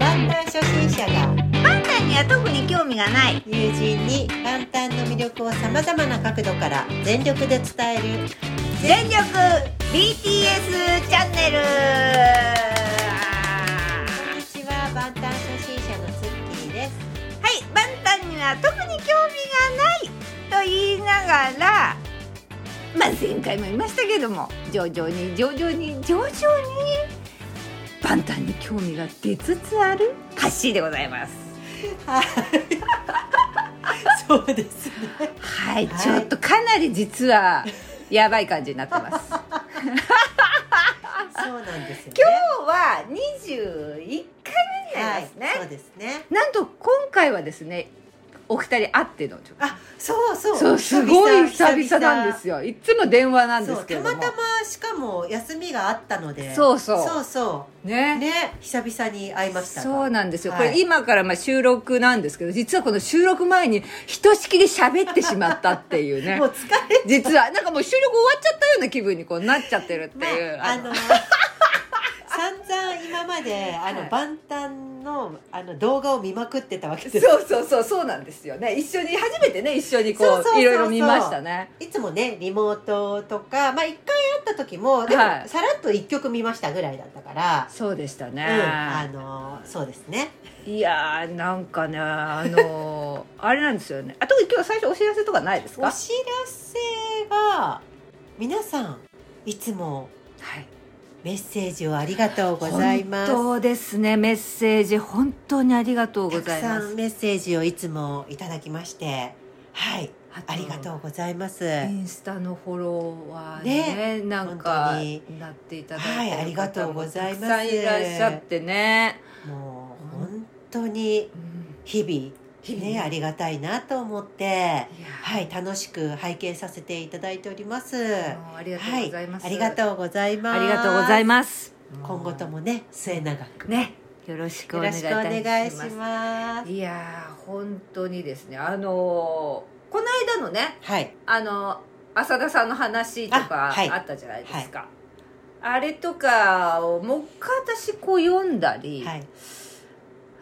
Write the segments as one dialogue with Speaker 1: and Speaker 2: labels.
Speaker 1: 初心者が
Speaker 2: パンダには特に興味がない
Speaker 1: 友人に簡単の魅力をさまざまな角度から全力で伝える
Speaker 2: 全力 BTS チャンネル
Speaker 1: こんにちはバンタン初心者のツッキーです
Speaker 2: はいバンタンには特に興味がないと言いながらまあ前回も言いましたけども徐々に徐々に徐々にバンタンに興味が出つつあるハッシーでございます
Speaker 1: はいそうです ね
Speaker 2: はい、
Speaker 1: はい
Speaker 2: ちょっとかなり実はやばい感じになってます
Speaker 1: そうなんですよね
Speaker 2: 今日は21回目になりますね、
Speaker 1: はい、そうですね
Speaker 2: なんと今回はですねお二人会ってのちょっと
Speaker 1: あそうそう
Speaker 2: そうすごい久々なんです
Speaker 1: よ
Speaker 2: よいつも電話なんで
Speaker 1: そ
Speaker 2: す
Speaker 1: う
Speaker 2: け
Speaker 1: た
Speaker 2: れど
Speaker 1: ま
Speaker 2: も
Speaker 1: たましかも休みがあったので
Speaker 2: そうそう
Speaker 1: そうそ
Speaker 2: ね
Speaker 1: うね久々に会いましたが
Speaker 2: そうなんですよ、
Speaker 1: はい
Speaker 2: これ今からまあ収録なんですけど実はこの収録前にひとしきり喋ってしまったっていうね
Speaker 1: もう疲れ
Speaker 2: 実はなんかもう収録終わっちゃったような気分にこうなっちゃってるって
Speaker 1: ま
Speaker 2: いう、
Speaker 1: あ、あ
Speaker 2: あの
Speaker 1: の散々今まであの、
Speaker 2: はい
Speaker 1: 万端のあの動画を見まくってたわけです
Speaker 2: そうそうそうそうなんですよね一緒に初めてね一緒にこう
Speaker 1: そうそうそうそう
Speaker 2: いろいろ見ましたね
Speaker 1: いつもねリモートとか、まあ、1回会った時もでも、
Speaker 2: はい
Speaker 1: さらっと1曲見ましたぐらいだったから、
Speaker 2: そうでした
Speaker 1: う
Speaker 2: ね、
Speaker 1: ん、あのそうですね
Speaker 2: いやーなんかねあ のーあれなんですよねあ特に今日最初お知らせとかないですか
Speaker 1: お知らせは皆さんいつも
Speaker 2: はい
Speaker 1: メッセージをありがとうございます
Speaker 2: 本当ですねメッセージ本当にありがとうご
Speaker 1: たく
Speaker 2: ざい
Speaker 1: さ
Speaker 2: ま
Speaker 1: ん
Speaker 2: す
Speaker 1: メッセージをいつもいただきましてはいありがと
Speaker 2: う
Speaker 1: うございます
Speaker 2: インスタのフォロワーにねなんか
Speaker 1: 本当に
Speaker 2: なっていただいて
Speaker 1: はいありがとうございます
Speaker 2: たくさんいらっしゃってね、
Speaker 1: もう本当に
Speaker 2: うん
Speaker 1: 日
Speaker 2: 日
Speaker 1: 々
Speaker 2: 々
Speaker 1: ねありがたいなと思って
Speaker 2: いやー
Speaker 1: はい楽しく拝見させていただいております
Speaker 2: もうありがとうございます、
Speaker 1: ありがとうございます
Speaker 2: ありがとうござい
Speaker 1: す
Speaker 2: ます
Speaker 1: 今後と
Speaker 2: も
Speaker 1: もね末永く
Speaker 2: うねよろしくお
Speaker 1: よ
Speaker 2: 願い
Speaker 1: ろ
Speaker 2: いた
Speaker 1: しく
Speaker 2: し
Speaker 1: お願い
Speaker 2: ます
Speaker 1: します
Speaker 2: いやー本当にですねあのーこの間のね
Speaker 1: はい
Speaker 2: あの浅田さんの話と
Speaker 1: あ
Speaker 2: か
Speaker 1: はい
Speaker 2: あったじゃないですかあ,、れとかをもう一回私こう読んだり、
Speaker 1: はい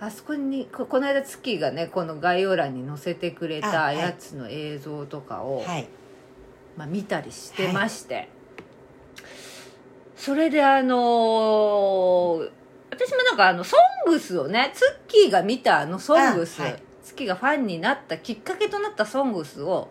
Speaker 2: あそこにここの間月がねこの概要欄に載せてくれ
Speaker 1: あ
Speaker 2: た
Speaker 1: はい
Speaker 2: やつの映像とかを、
Speaker 1: はい
Speaker 2: まあ、見たりしてまして、それであのー私もなんかあの「ソングスをねツッキーが見たあの「ソングス、
Speaker 1: あはい
Speaker 2: ツッキーがファンになったきっかけとなった「ソングスを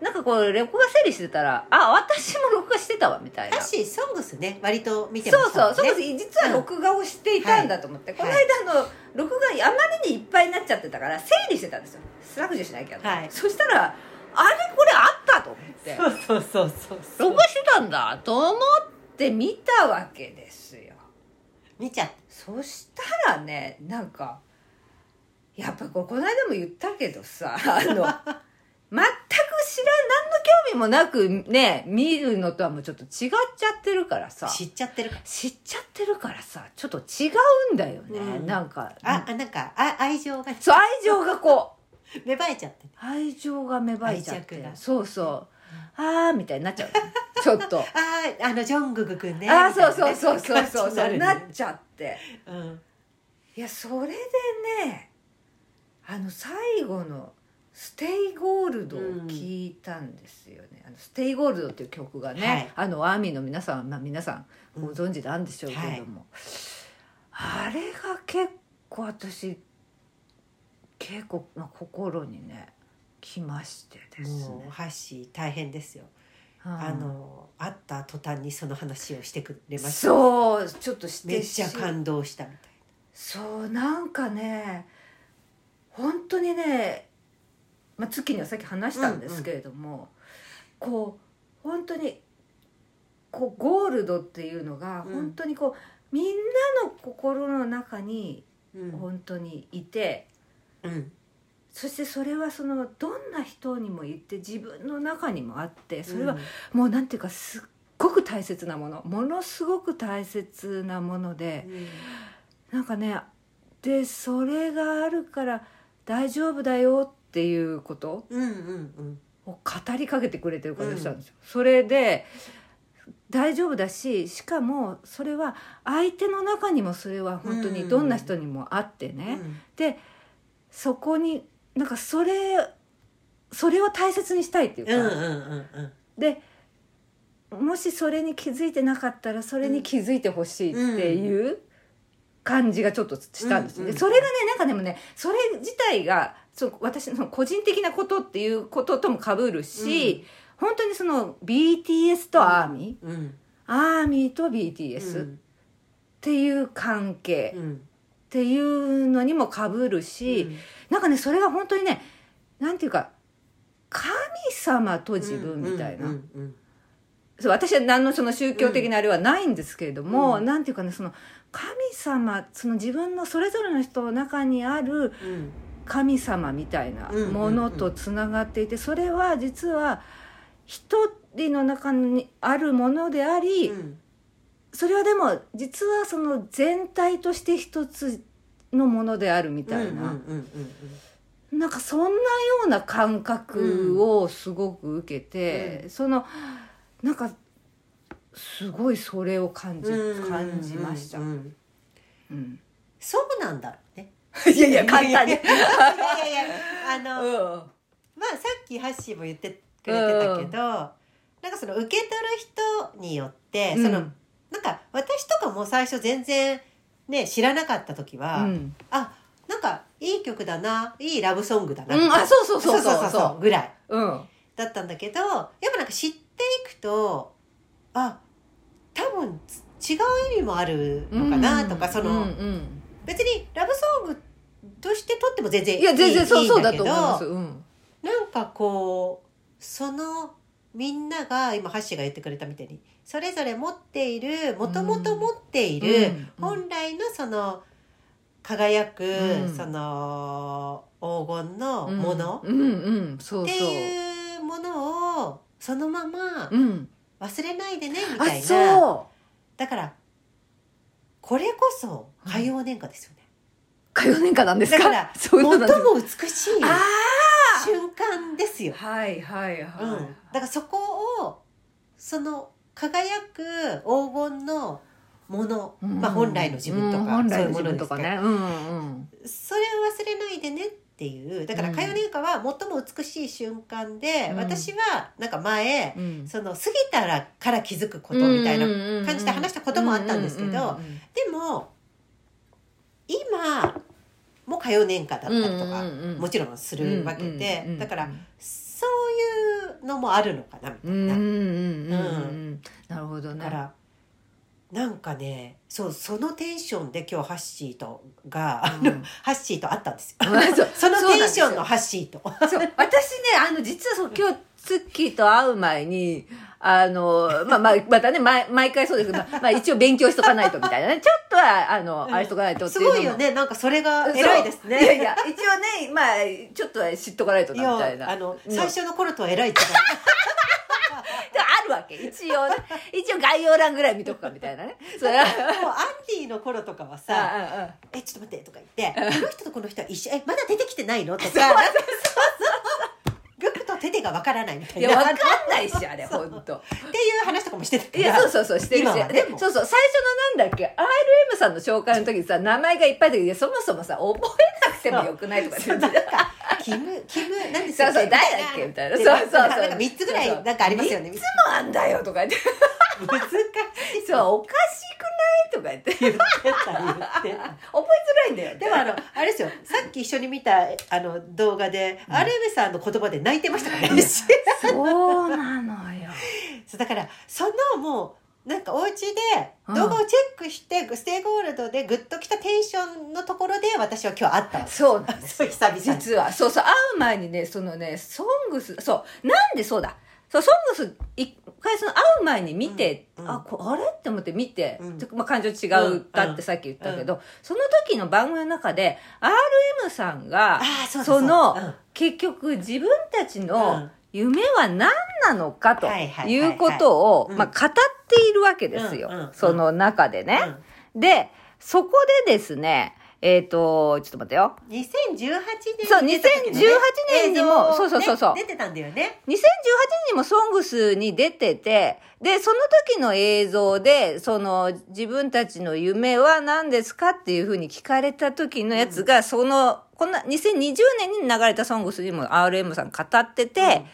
Speaker 2: なんかこう録画整理してたら「あ私も録画してたわ」みたいな。そう
Speaker 1: 私ソングスね割と見てま
Speaker 2: そう
Speaker 1: したもんね
Speaker 2: そうです実は録画をしていたんだと思って、
Speaker 1: ん
Speaker 2: この間あの録画あまりにいっぱいになっちゃってたから整理してたんですよ削除しなきゃと、
Speaker 1: はい
Speaker 2: そしたらあれこれあったと思って
Speaker 1: そうそうそうそう
Speaker 2: 録画してたんだと思って見たわけですよ
Speaker 1: 見ちゃった
Speaker 2: そしたらねなんかやっぱこれこの間も言ったけどさ あの全く知らん何の興味もなくね見るのとはもうちょっと違っちゃってるからさ
Speaker 1: 知っちゃってるか
Speaker 2: 知っちゃってるからさちょっと違うんだよね、
Speaker 1: うん
Speaker 2: なんか
Speaker 1: ああなんかあ愛情が
Speaker 2: そう愛情がこう
Speaker 1: 芽生えちゃって
Speaker 2: 愛情が芽生えちゃっ
Speaker 1: 愛
Speaker 2: て
Speaker 1: 着が
Speaker 2: そうそうああみたいになっちゃうちょっと。
Speaker 1: あああのジョングクくんね
Speaker 2: ああそうそうそうそうそう
Speaker 1: みた
Speaker 2: そ
Speaker 1: いうな
Speaker 2: な
Speaker 1: ね
Speaker 2: っちゃって
Speaker 1: うん
Speaker 2: いやそれでねあの最後の「ステイゴールド」を聞いたんですよね、あのステイゴールドっていう曲がね、
Speaker 1: はい
Speaker 2: あのアーミーの皆さんは、まあ、皆さん
Speaker 1: うん
Speaker 2: ご存知なんでしょうけれども、あれが結構私結構、まあ、心にねきましてです
Speaker 1: もう
Speaker 2: ね。
Speaker 1: ハッシー大変ですよ、
Speaker 2: うん
Speaker 1: あの会った途端にその話をしてくれました
Speaker 2: そうちょっとして
Speaker 1: めっちゃ
Speaker 2: し
Speaker 1: 感動したみたい
Speaker 2: そうなんかね本当にね、まあ、月にはさっき話したんですけれども、こう本当にこうゴールドっていうのが
Speaker 1: うん
Speaker 2: 本当にこう、みんなの心の中に
Speaker 1: な、
Speaker 2: 本当にいて、
Speaker 1: うん
Speaker 2: そしてそれはそのどんな人にもいて自分の中にもあってそれはもうなんていうかすっごく大切なものものすごく大切なもので。
Speaker 1: うん
Speaker 2: なんかねでそれがあるから大丈夫だよっていうこと
Speaker 1: うんうんうん
Speaker 2: を語りかけてくれてる方したんですよ、それで大丈夫だししかもそれは相手の中にもそれは本当にどんな人にもあってね、
Speaker 1: うん
Speaker 2: でそこになんかそれそれを大切にしたいっていう
Speaker 1: う
Speaker 2: か、
Speaker 1: んうんうんうん
Speaker 2: でもしそれに気づいてなかったらそれに気づいてほしいっていう感じがちょっとしたんです、
Speaker 1: うんうん
Speaker 2: でそれがねなんかでもねそれ自体がそう私の個人的なことっていうことともかぶるし、本当にその BTS とアーミ
Speaker 1: うん
Speaker 2: ー、アーミーと
Speaker 1: う
Speaker 2: BTS っ
Speaker 1: ん
Speaker 2: ていう関係
Speaker 1: う
Speaker 2: っ
Speaker 1: ん
Speaker 2: ていうのにもかぶるし、なんかねそれが本当にねなんていうか神様と自分みたいな、
Speaker 1: うんうん
Speaker 2: そう私は何のその宗教的なあれはないんですけれども、
Speaker 1: うん
Speaker 2: なんていうかねその神様その自分のそれぞれの人の中にあ
Speaker 1: う
Speaker 2: る
Speaker 1: ん
Speaker 2: 神様みたいなものとつながっていて、それは実は一人の中にあるものであり、
Speaker 1: うん
Speaker 2: それはでも実はその全体として一つのものであるみたいな。
Speaker 1: うんうんうん
Speaker 2: なんかそんなような感覚をすごく受けて、
Speaker 1: う
Speaker 2: そのなんかすごいそれを感じ、
Speaker 1: うん
Speaker 2: 感じました、
Speaker 1: うんうん
Speaker 2: うん
Speaker 1: そうなんだろうね
Speaker 2: いやいや簡 単に、
Speaker 1: いやいやいやあの
Speaker 2: うん
Speaker 1: まあさっきハッシーも言ってくれてたけど、なんかその受け取る人によって、そのなんか私とかも最初全然ね知らなかった時は、
Speaker 2: うん
Speaker 1: あなんかいい曲だないいラブソングだな、
Speaker 2: うんあそうそうそ
Speaker 1: そ
Speaker 2: うそうう
Speaker 1: そうそうぐらい
Speaker 2: うん
Speaker 1: だったんだけどやっぱなんか知っていくとあ多分違う意味もあるのかなとか、その、
Speaker 2: うんうん
Speaker 1: 別にラブソングとしてとっても全然いい
Speaker 2: いや全然そうそうだ
Speaker 1: け
Speaker 2: と
Speaker 1: ど
Speaker 2: 思いますうん
Speaker 1: なんかこうそのみんなが今ハッシーが言ってくれたみたいにそれぞれ持っているもともと持っている、
Speaker 2: うんうん
Speaker 1: 本来のその輝く、
Speaker 2: うん
Speaker 1: その黄金のもの
Speaker 2: うんうん
Speaker 1: っ
Speaker 2: そうそう
Speaker 1: ていうものをそのまま
Speaker 2: うん
Speaker 1: 忘れないでねみ
Speaker 2: あ
Speaker 1: たいな
Speaker 2: そう
Speaker 1: だからこれこそ歌謡年歌ですよね。
Speaker 2: 火曜年間なんですか
Speaker 1: だから
Speaker 2: そういうこ
Speaker 1: 最
Speaker 2: となんです
Speaker 1: も美しい
Speaker 2: あ
Speaker 1: 瞬間ですよ
Speaker 2: あ。はいはいはい、
Speaker 1: うん、だからそこをその輝く黄金のもの、
Speaker 2: うん
Speaker 1: まあ、本来の自分と
Speaker 2: うん
Speaker 1: か、
Speaker 2: 本
Speaker 1: そうい
Speaker 2: 来
Speaker 1: うも
Speaker 2: の自
Speaker 1: の
Speaker 2: 分
Speaker 1: です
Speaker 2: とか
Speaker 1: けど
Speaker 2: ねうんうん
Speaker 1: それを忘れないでねっていうだから
Speaker 2: うん
Speaker 1: 火曜年歌は最も美しい瞬間で、
Speaker 2: うん
Speaker 1: 私はなんか前
Speaker 2: うん
Speaker 1: その過ぎたらから気づくことみたいな、感じで話したこともあったんですけど
Speaker 2: う
Speaker 1: でも今も火曜年歌だった
Speaker 2: んうんうん
Speaker 1: りとか、
Speaker 2: うんうんうん
Speaker 1: もちろんするわけで、
Speaker 2: うんうんうん
Speaker 1: だからそういうのもあるのかなみたい
Speaker 2: うんうん
Speaker 1: な。
Speaker 2: うんう
Speaker 1: うん
Speaker 2: なるほど
Speaker 1: だか
Speaker 2: ね
Speaker 1: らなんかねそうそのテンションで今日ハッシーとが、あの
Speaker 2: うん
Speaker 1: ハッシーと会ったんですよ。
Speaker 2: うん そう
Speaker 1: その
Speaker 2: そうなん
Speaker 1: テ
Speaker 2: で
Speaker 1: ン
Speaker 2: す
Speaker 1: シ
Speaker 2: よ
Speaker 1: ョンのハッシーと。
Speaker 2: そう私ねあの実はそう今日ツッキーと会う前にあのまあまあまたね毎毎回そうですけど、まあ、まあ一応勉強しとかないとみたいなねちょっとはあの、
Speaker 1: うん
Speaker 2: あれしとかないとって
Speaker 1: す
Speaker 2: いうのも
Speaker 1: ごいよねなんかそれが偉いですね。
Speaker 2: そういやいや一応ねまあちょっとは知っとかないと
Speaker 1: い
Speaker 2: なみたい
Speaker 1: や
Speaker 2: な
Speaker 1: あの、
Speaker 2: うん
Speaker 1: 最初の頃とは偉いって
Speaker 2: でもあるわけ一応 ね一応概要欄ぐらい見とくかみたいなねそれは
Speaker 1: もうアンディの頃とかはさ
Speaker 2: あ
Speaker 1: 「えちょっと待って」とか言って「この人とこの人は一緒えまだ出てきてないの?」とかなんか「グクとテテがわからない」みた
Speaker 2: い
Speaker 1: い
Speaker 2: や
Speaker 1: な
Speaker 2: わ
Speaker 1: っ
Speaker 2: かんないしあれ
Speaker 1: そう
Speaker 2: 本当
Speaker 1: ていう話とかもしてたから
Speaker 2: いやそうそうそうしてるし
Speaker 1: 今はね
Speaker 2: で
Speaker 1: もう
Speaker 2: そうそう最初のなんだっけ RM さんの紹介の時にさ名前がいっぱいだけどいやそもそもさ覚えなくてもよくないとか
Speaker 1: そうな
Speaker 2: ね
Speaker 1: んかキムキムなんで
Speaker 2: そうそう誰だっけみたいなそうそうそう
Speaker 1: なんか三つぐらいなんかありますよね。
Speaker 2: いつもあんだよとか言って
Speaker 1: 難 しい
Speaker 2: そうおかしくないとか言って覚え
Speaker 1: 言って言って
Speaker 2: づらいんだよ
Speaker 1: でもあのあれですよさっき一緒に見たあの動画で、アルベさんの言葉で泣いてましたからね。
Speaker 2: そうなのよ
Speaker 1: そうだからそのもうなんかお家で
Speaker 2: うん
Speaker 1: 動画をチェックして、ステイゴールドでグッときたテンションのところで私は今日会ったんです。
Speaker 2: そうなんです
Speaker 1: そう久々に。
Speaker 2: 実はそうそう会う前にねそのね「ソングスそうなんでそうだそう「ソングス一回その会う前に見て、
Speaker 1: うんうん
Speaker 2: あこあれって思って見て、
Speaker 1: うん
Speaker 2: ちょまあ、感情違う歌ってさっき言ったけど、その時の番組の中で RM さんが
Speaker 1: ああそうだ
Speaker 2: その、
Speaker 1: うん
Speaker 2: 結局自分たち
Speaker 1: う
Speaker 2: の
Speaker 1: ん
Speaker 2: 夢は何なのかと
Speaker 1: はいはいはい
Speaker 2: い
Speaker 1: はいう
Speaker 2: ことを
Speaker 1: うん
Speaker 2: まあ語っているわけです
Speaker 1: うんうんう
Speaker 2: よ
Speaker 1: ん
Speaker 2: その中でね。
Speaker 1: うん
Speaker 2: で、そこでですね、えっ、と、ちょっと待ってよ。
Speaker 1: 2018年
Speaker 2: そう
Speaker 1: に出た時のね
Speaker 2: 2018年にも
Speaker 1: 映像
Speaker 2: そうそうそうそう
Speaker 1: ね出てたんだよね。
Speaker 2: 2018年にも「ソングスに出ててでその時の映像でその自分たちの夢は何ですかっていうふうに聞かれた時のやつが、そのこんな2020年に流れた「ソングスにも RM さん語ってて、
Speaker 1: うん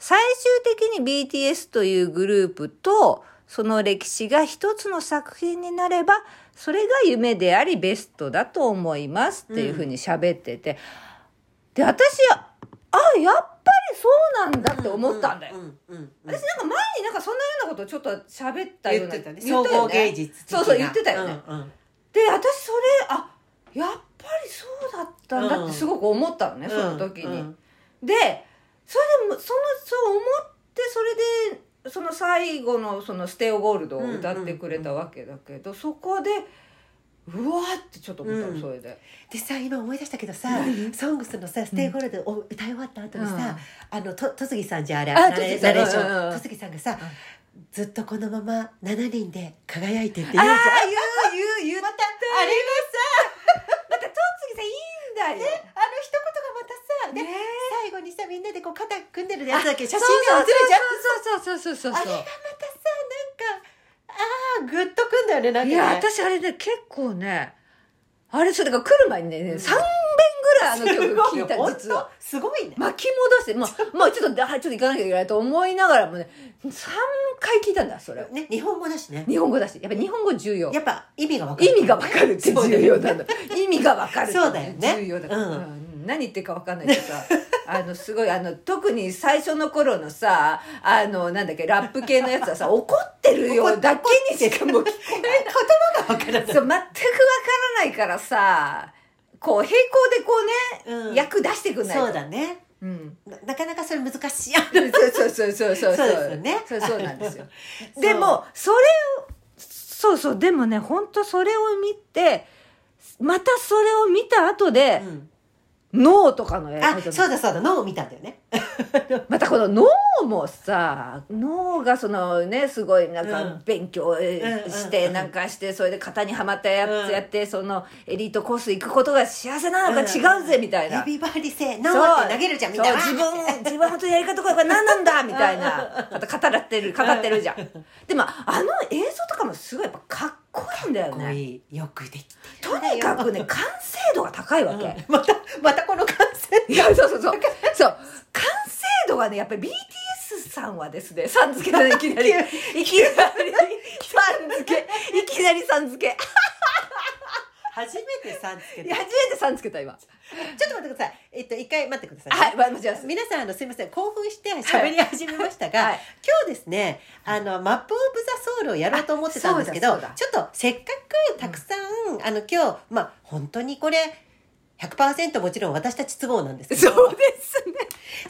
Speaker 2: 最終的に BTS というグループとその歴史が一つの作品になればそれが夢でありベストだと思いますっていうふうに喋ってて、で私あやっぱりそうなんだって思ったんだよ。
Speaker 1: うんうんうんうん
Speaker 2: 私なんか前になんかそんなようなことをちょっと喋ったよ
Speaker 1: 言っ
Speaker 2: うな
Speaker 1: てたね。
Speaker 2: 言
Speaker 1: 総
Speaker 2: ったよ
Speaker 1: 合
Speaker 2: ね
Speaker 1: 芸術的な。
Speaker 2: そうそう言ってたよね
Speaker 1: うんうん
Speaker 2: で私それあやっぱりそうだったんだってすごく思ったのね、その時に、
Speaker 1: うん
Speaker 2: でそれでもそのそう思ってそれでその最後の「そのステオゴールド」を歌ってくれたわけだけど、そこでうわーってちょっと思ったの、
Speaker 1: うん
Speaker 2: それで
Speaker 1: でさ今思い出したけどさ「
Speaker 2: 何
Speaker 1: ソングスのさ「ステイホールド」を歌い終わった後に
Speaker 2: うん
Speaker 1: さ、あのと戸次さんじゃああれ
Speaker 2: あ
Speaker 1: ナレ
Speaker 2: 戸次さ
Speaker 1: ナ
Speaker 2: ん
Speaker 1: レーシ
Speaker 2: うんうん
Speaker 1: ョ
Speaker 2: う
Speaker 1: ン
Speaker 2: ん
Speaker 1: 戸次さんがさ「ずっとこのまま7人で輝いて」って言うじゃん。あ言う言う言うまたあれ
Speaker 2: また戸次さんいいんだよ、
Speaker 1: ねあの一言がまたさ、ね
Speaker 2: ね
Speaker 1: 最後にさみんなでこう肩組んでるやつだっけ写真
Speaker 2: そう
Speaker 1: が写るじゃん
Speaker 2: そうそうそうそうそう
Speaker 1: あ
Speaker 2: そ
Speaker 1: れ
Speaker 2: う
Speaker 1: がまたさなんかああグッとくんだよねなんか
Speaker 2: い
Speaker 1: ね
Speaker 2: や、私あれね、結構ね、あれ、それが来る前にね、
Speaker 1: うん
Speaker 2: 3遍ぐらいあの曲聴いた、実は。
Speaker 1: すごいね
Speaker 2: 巻き戻して、もう、もうちょっと、あ、ちょっと行かなきゃいけないと思いながらもね、3回聴いたんだ、それを。
Speaker 1: ね日本語だしね
Speaker 2: 日本語だし、やっぱ日本語重要
Speaker 1: や。っぱ意味がわかる
Speaker 2: 意味がわかるっ
Speaker 1: そ
Speaker 2: て
Speaker 1: うだよ
Speaker 2: 重
Speaker 1: ね
Speaker 2: 要なんだ。意味がわかるって
Speaker 1: そうだよね
Speaker 2: 重要だから。
Speaker 1: うん
Speaker 2: うん何言ってるかわかんないけどさ、あの、すごい、あの、特に最初の頃のさ、あの、なんだっけ、ラップ系のやつ はさ、怒ってるよだけにしかもう聞こえない。
Speaker 1: 言葉がわからない
Speaker 2: そう全くわからないからさこう平行でこうね、
Speaker 1: うん
Speaker 2: 役出してくんないと
Speaker 1: そう、だね
Speaker 2: うん、
Speaker 1: ななかなかそれ難しいや
Speaker 2: そうそうそうそうそう
Speaker 1: そうですよね
Speaker 2: そうそうなんですよ
Speaker 1: そう
Speaker 2: でもそれをそうそうでもね本当それを見てまたそれを見た後で
Speaker 1: うん
Speaker 2: 「脳、とかのや
Speaker 1: あ
Speaker 2: つ
Speaker 1: そうだそうだ脳を見たんだよね
Speaker 2: またこの脳もさ脳がそのねすごいなん
Speaker 1: う
Speaker 2: か
Speaker 1: ん
Speaker 2: 勉強え
Speaker 1: うんうんうん
Speaker 2: してなんかしてそれで型にはまったや
Speaker 1: う
Speaker 2: つ
Speaker 1: ん
Speaker 2: やってそのエリートコース行くことが幸せなのか違うぜみたいな
Speaker 1: エ。ビバリセ
Speaker 2: そう
Speaker 1: 脳って投げるじゃんみんな
Speaker 2: そう自分自分は本当にやり方これが何なんだみたいなまた語らってる語ってるじゃんでもあの映像とかもすごいやっぱかっこいいんだ
Speaker 1: す
Speaker 2: よ
Speaker 1: ご
Speaker 2: ね
Speaker 1: いよくできて
Speaker 2: とにかくね完成度が高いわけ、
Speaker 1: うん またまたこの感染
Speaker 2: いや、そう そうそう。そう。完成度がね、やっぱり BTS さんはですね、さん付けだね、いきなり。いきなり、さん付け。いきなりさん付け。
Speaker 1: 初めてさんつけ
Speaker 2: い
Speaker 1: て
Speaker 2: や初めてさん付けた、今。
Speaker 1: ちょっと待ってくださいえっと一回待ってくださいね
Speaker 2: はい、間違えました。
Speaker 1: 皆さんあのすいません興奮して喋り始めましたが、
Speaker 2: はい
Speaker 1: 今日ですねあのマップ・オブ・ザ・ソウルをやろうと思ってたんですけ
Speaker 2: あ
Speaker 1: ど
Speaker 2: そうだそうだ
Speaker 1: ちょっとせっかくたくさん、あの今日まあ本当にこれ100%もちろん私たち都合なんですけど
Speaker 2: そうですね。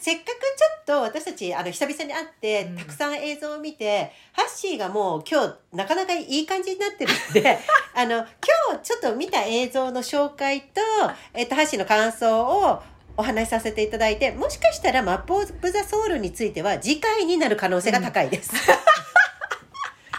Speaker 1: せっかくちょっと私たちあの久々に会って、
Speaker 2: うん
Speaker 1: たくさん映像を見てハッシーがもう今日なかなかいい感じになってるん であの今日ちょっと見た映像の紹介と、えっと、ハッシーの感想をお話しさせていただいてもしかしたらマップ・オブ・ザ・ソウルについては次回になる可能性が高いです。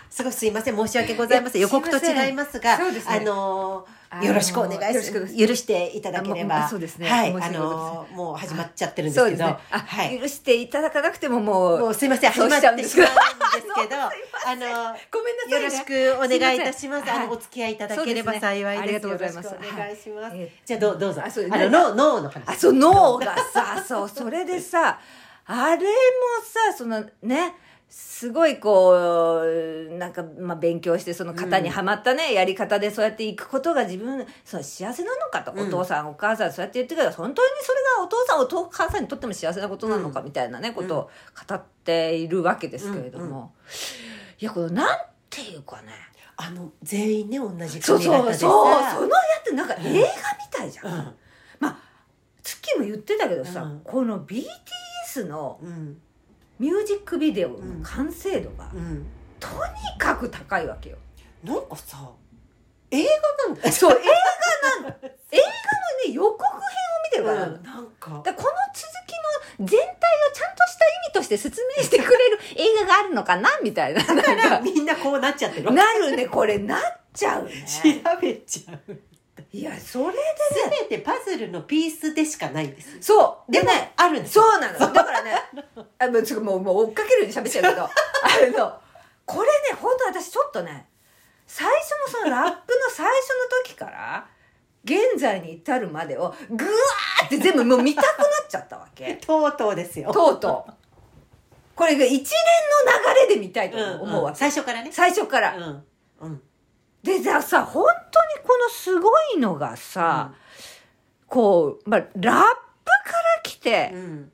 Speaker 1: すごいすいません申し訳ございません
Speaker 2: いや
Speaker 1: 予告と
Speaker 2: すいません
Speaker 1: 違いますが
Speaker 2: そうですね
Speaker 1: あの
Speaker 2: あのー
Speaker 1: よろしくお願い
Speaker 2: よろ
Speaker 1: し
Speaker 2: し
Speaker 1: ま
Speaker 2: くですす
Speaker 1: 許していただけれ
Speaker 2: あも
Speaker 1: ば
Speaker 2: うそうですね
Speaker 1: はい
Speaker 2: 申し
Speaker 1: あ
Speaker 2: 訳ございません
Speaker 1: のーもう始まっちゃってるんです
Speaker 2: そう
Speaker 1: け
Speaker 2: です
Speaker 1: ど
Speaker 2: ね。あ、
Speaker 1: はい
Speaker 2: 許していただかなくてももう、
Speaker 1: もうすいません
Speaker 2: そう
Speaker 1: 始ま
Speaker 2: し
Speaker 1: っ
Speaker 2: ちゃうん
Speaker 1: て
Speaker 2: で
Speaker 1: し
Speaker 2: す
Speaker 1: ま
Speaker 2: けど
Speaker 1: うん ですけどあの
Speaker 2: ごめんなさいね
Speaker 1: よろしくお願いいたします
Speaker 2: すいません
Speaker 1: あの
Speaker 2: はい
Speaker 1: お付き合いいただければ幸いです
Speaker 2: そうですねありがとうございます
Speaker 1: よろしくお願いします、
Speaker 2: はい
Speaker 1: じゃあどうどうぞあ
Speaker 2: あそうですね
Speaker 1: の脳脳の
Speaker 2: あ
Speaker 1: 話
Speaker 2: そう脳がさ そうそれでさあれもさそのねすごいこうなんか、まあ、勉強してその型にはまったね、やり方でそうやっていくことが自分そう幸せなのかと、
Speaker 1: うん
Speaker 2: お父さんお母さんそうやって言ってくれた本当にそれがお父さんお母さんにとっても幸せなことなのか、
Speaker 1: う
Speaker 2: みたいなねことを語っているわけですけれども、
Speaker 1: うんう
Speaker 2: いやこのなんていうかね
Speaker 1: あの全員ね同じ
Speaker 2: そう
Speaker 1: 髪
Speaker 2: そ
Speaker 1: 型
Speaker 2: うそう
Speaker 1: でさ
Speaker 2: そのやってなんか映画みたいじゃん
Speaker 1: うん
Speaker 2: 月も言ってたけどさ、
Speaker 1: うん
Speaker 2: この BTS の
Speaker 1: うん
Speaker 2: ミュージックビデオの完成度が
Speaker 1: うん
Speaker 2: とにかく高いわけよ。
Speaker 1: なんかさ映画なんだ
Speaker 2: そう映画なの映画のね予告編を見てるからなの、
Speaker 1: うんなんか
Speaker 2: だからこの続きの全体をちゃんとした意味として説明してくれる映画があるのかなみたいななん か
Speaker 1: みんなこうなっちゃってる
Speaker 2: なるねこれなっちゃうね。
Speaker 1: 調べちゃう
Speaker 2: いやそれ
Speaker 1: すべてパズルのピースでしかないんです。
Speaker 2: そう
Speaker 1: で
Speaker 2: で
Speaker 1: も
Speaker 2: ね
Speaker 1: あるんですよ。
Speaker 2: そうなのだからねあもうちょっともうもう追っかけるように喋っちゃう けどあのこれね本当私ちょっとね最初のそのラップの最初の時から現在に至るまでをぐわーって全部もう見たくなっちゃったわ け
Speaker 1: とうとうですよ。
Speaker 2: とうとうこれが一連の流れで見たいと
Speaker 1: うん
Speaker 2: 思うわけ、
Speaker 1: 最初からね。
Speaker 2: 最初から、
Speaker 1: うん。うん。
Speaker 2: でじゃあさ本当にこのすごいのがさ、こう、まあ、ラップから来て、
Speaker 1: うん。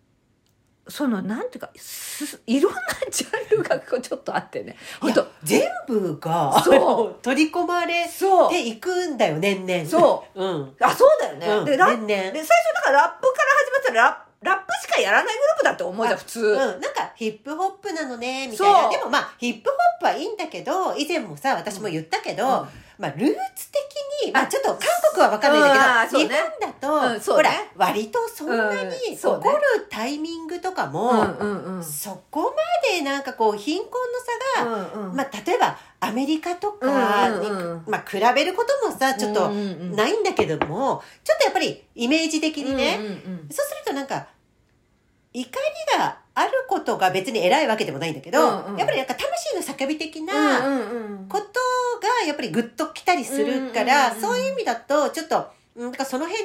Speaker 2: そのなんていうかすいろんなジャンルがこうちょっとあってね
Speaker 1: い
Speaker 2: 本
Speaker 1: や
Speaker 2: 当
Speaker 1: 全部が
Speaker 2: そう
Speaker 1: 取り込まれ
Speaker 2: そう
Speaker 1: ていくんだよ年々。。
Speaker 2: そう
Speaker 1: うん。
Speaker 2: あそうだよね、
Speaker 1: うん
Speaker 2: でラップ
Speaker 1: 年々
Speaker 2: で最初だからラップから始まったらラッラップしかやらないグループだって思うじゃん普通、
Speaker 1: うん、なんかヒップホップなのねみたいな
Speaker 2: そう
Speaker 1: でもまあヒップホップはいいんだけど以前もさ私も言ったけど、
Speaker 2: うん
Speaker 1: まあ、ルーツ的に、
Speaker 2: あ
Speaker 1: まあ、ちょっと韓国は分かんないんだけど、
Speaker 2: うんあーそうね
Speaker 1: 日本だと、
Speaker 2: うんそう
Speaker 1: ほ
Speaker 2: ね
Speaker 1: ら割とそんなに
Speaker 2: うん
Speaker 1: 怒
Speaker 2: そう
Speaker 1: る
Speaker 2: ね
Speaker 1: タイミングとか
Speaker 2: うん
Speaker 1: も、
Speaker 2: うんうん
Speaker 1: そこまでなんかこう貧困の差が、
Speaker 2: うんうん
Speaker 1: まあ、例えばアメリカとかに、
Speaker 2: うんうんうん
Speaker 1: まあ、比べることもさちょっと
Speaker 2: うんうんうん
Speaker 1: ないんだけども、ちょっとやっぱりイメージ的にね、
Speaker 2: うんうん
Speaker 1: そうするとなんか怒りがあることが別に偉いわけでもないんだけど、
Speaker 2: うんうん
Speaker 1: やっぱりなんか魂の叫び的
Speaker 2: うん
Speaker 1: な
Speaker 2: うんうん
Speaker 1: ことがやっぱりグッときたりするから、
Speaker 2: うんうんうんうん
Speaker 1: そういう意味だとちょっとうんなんかその辺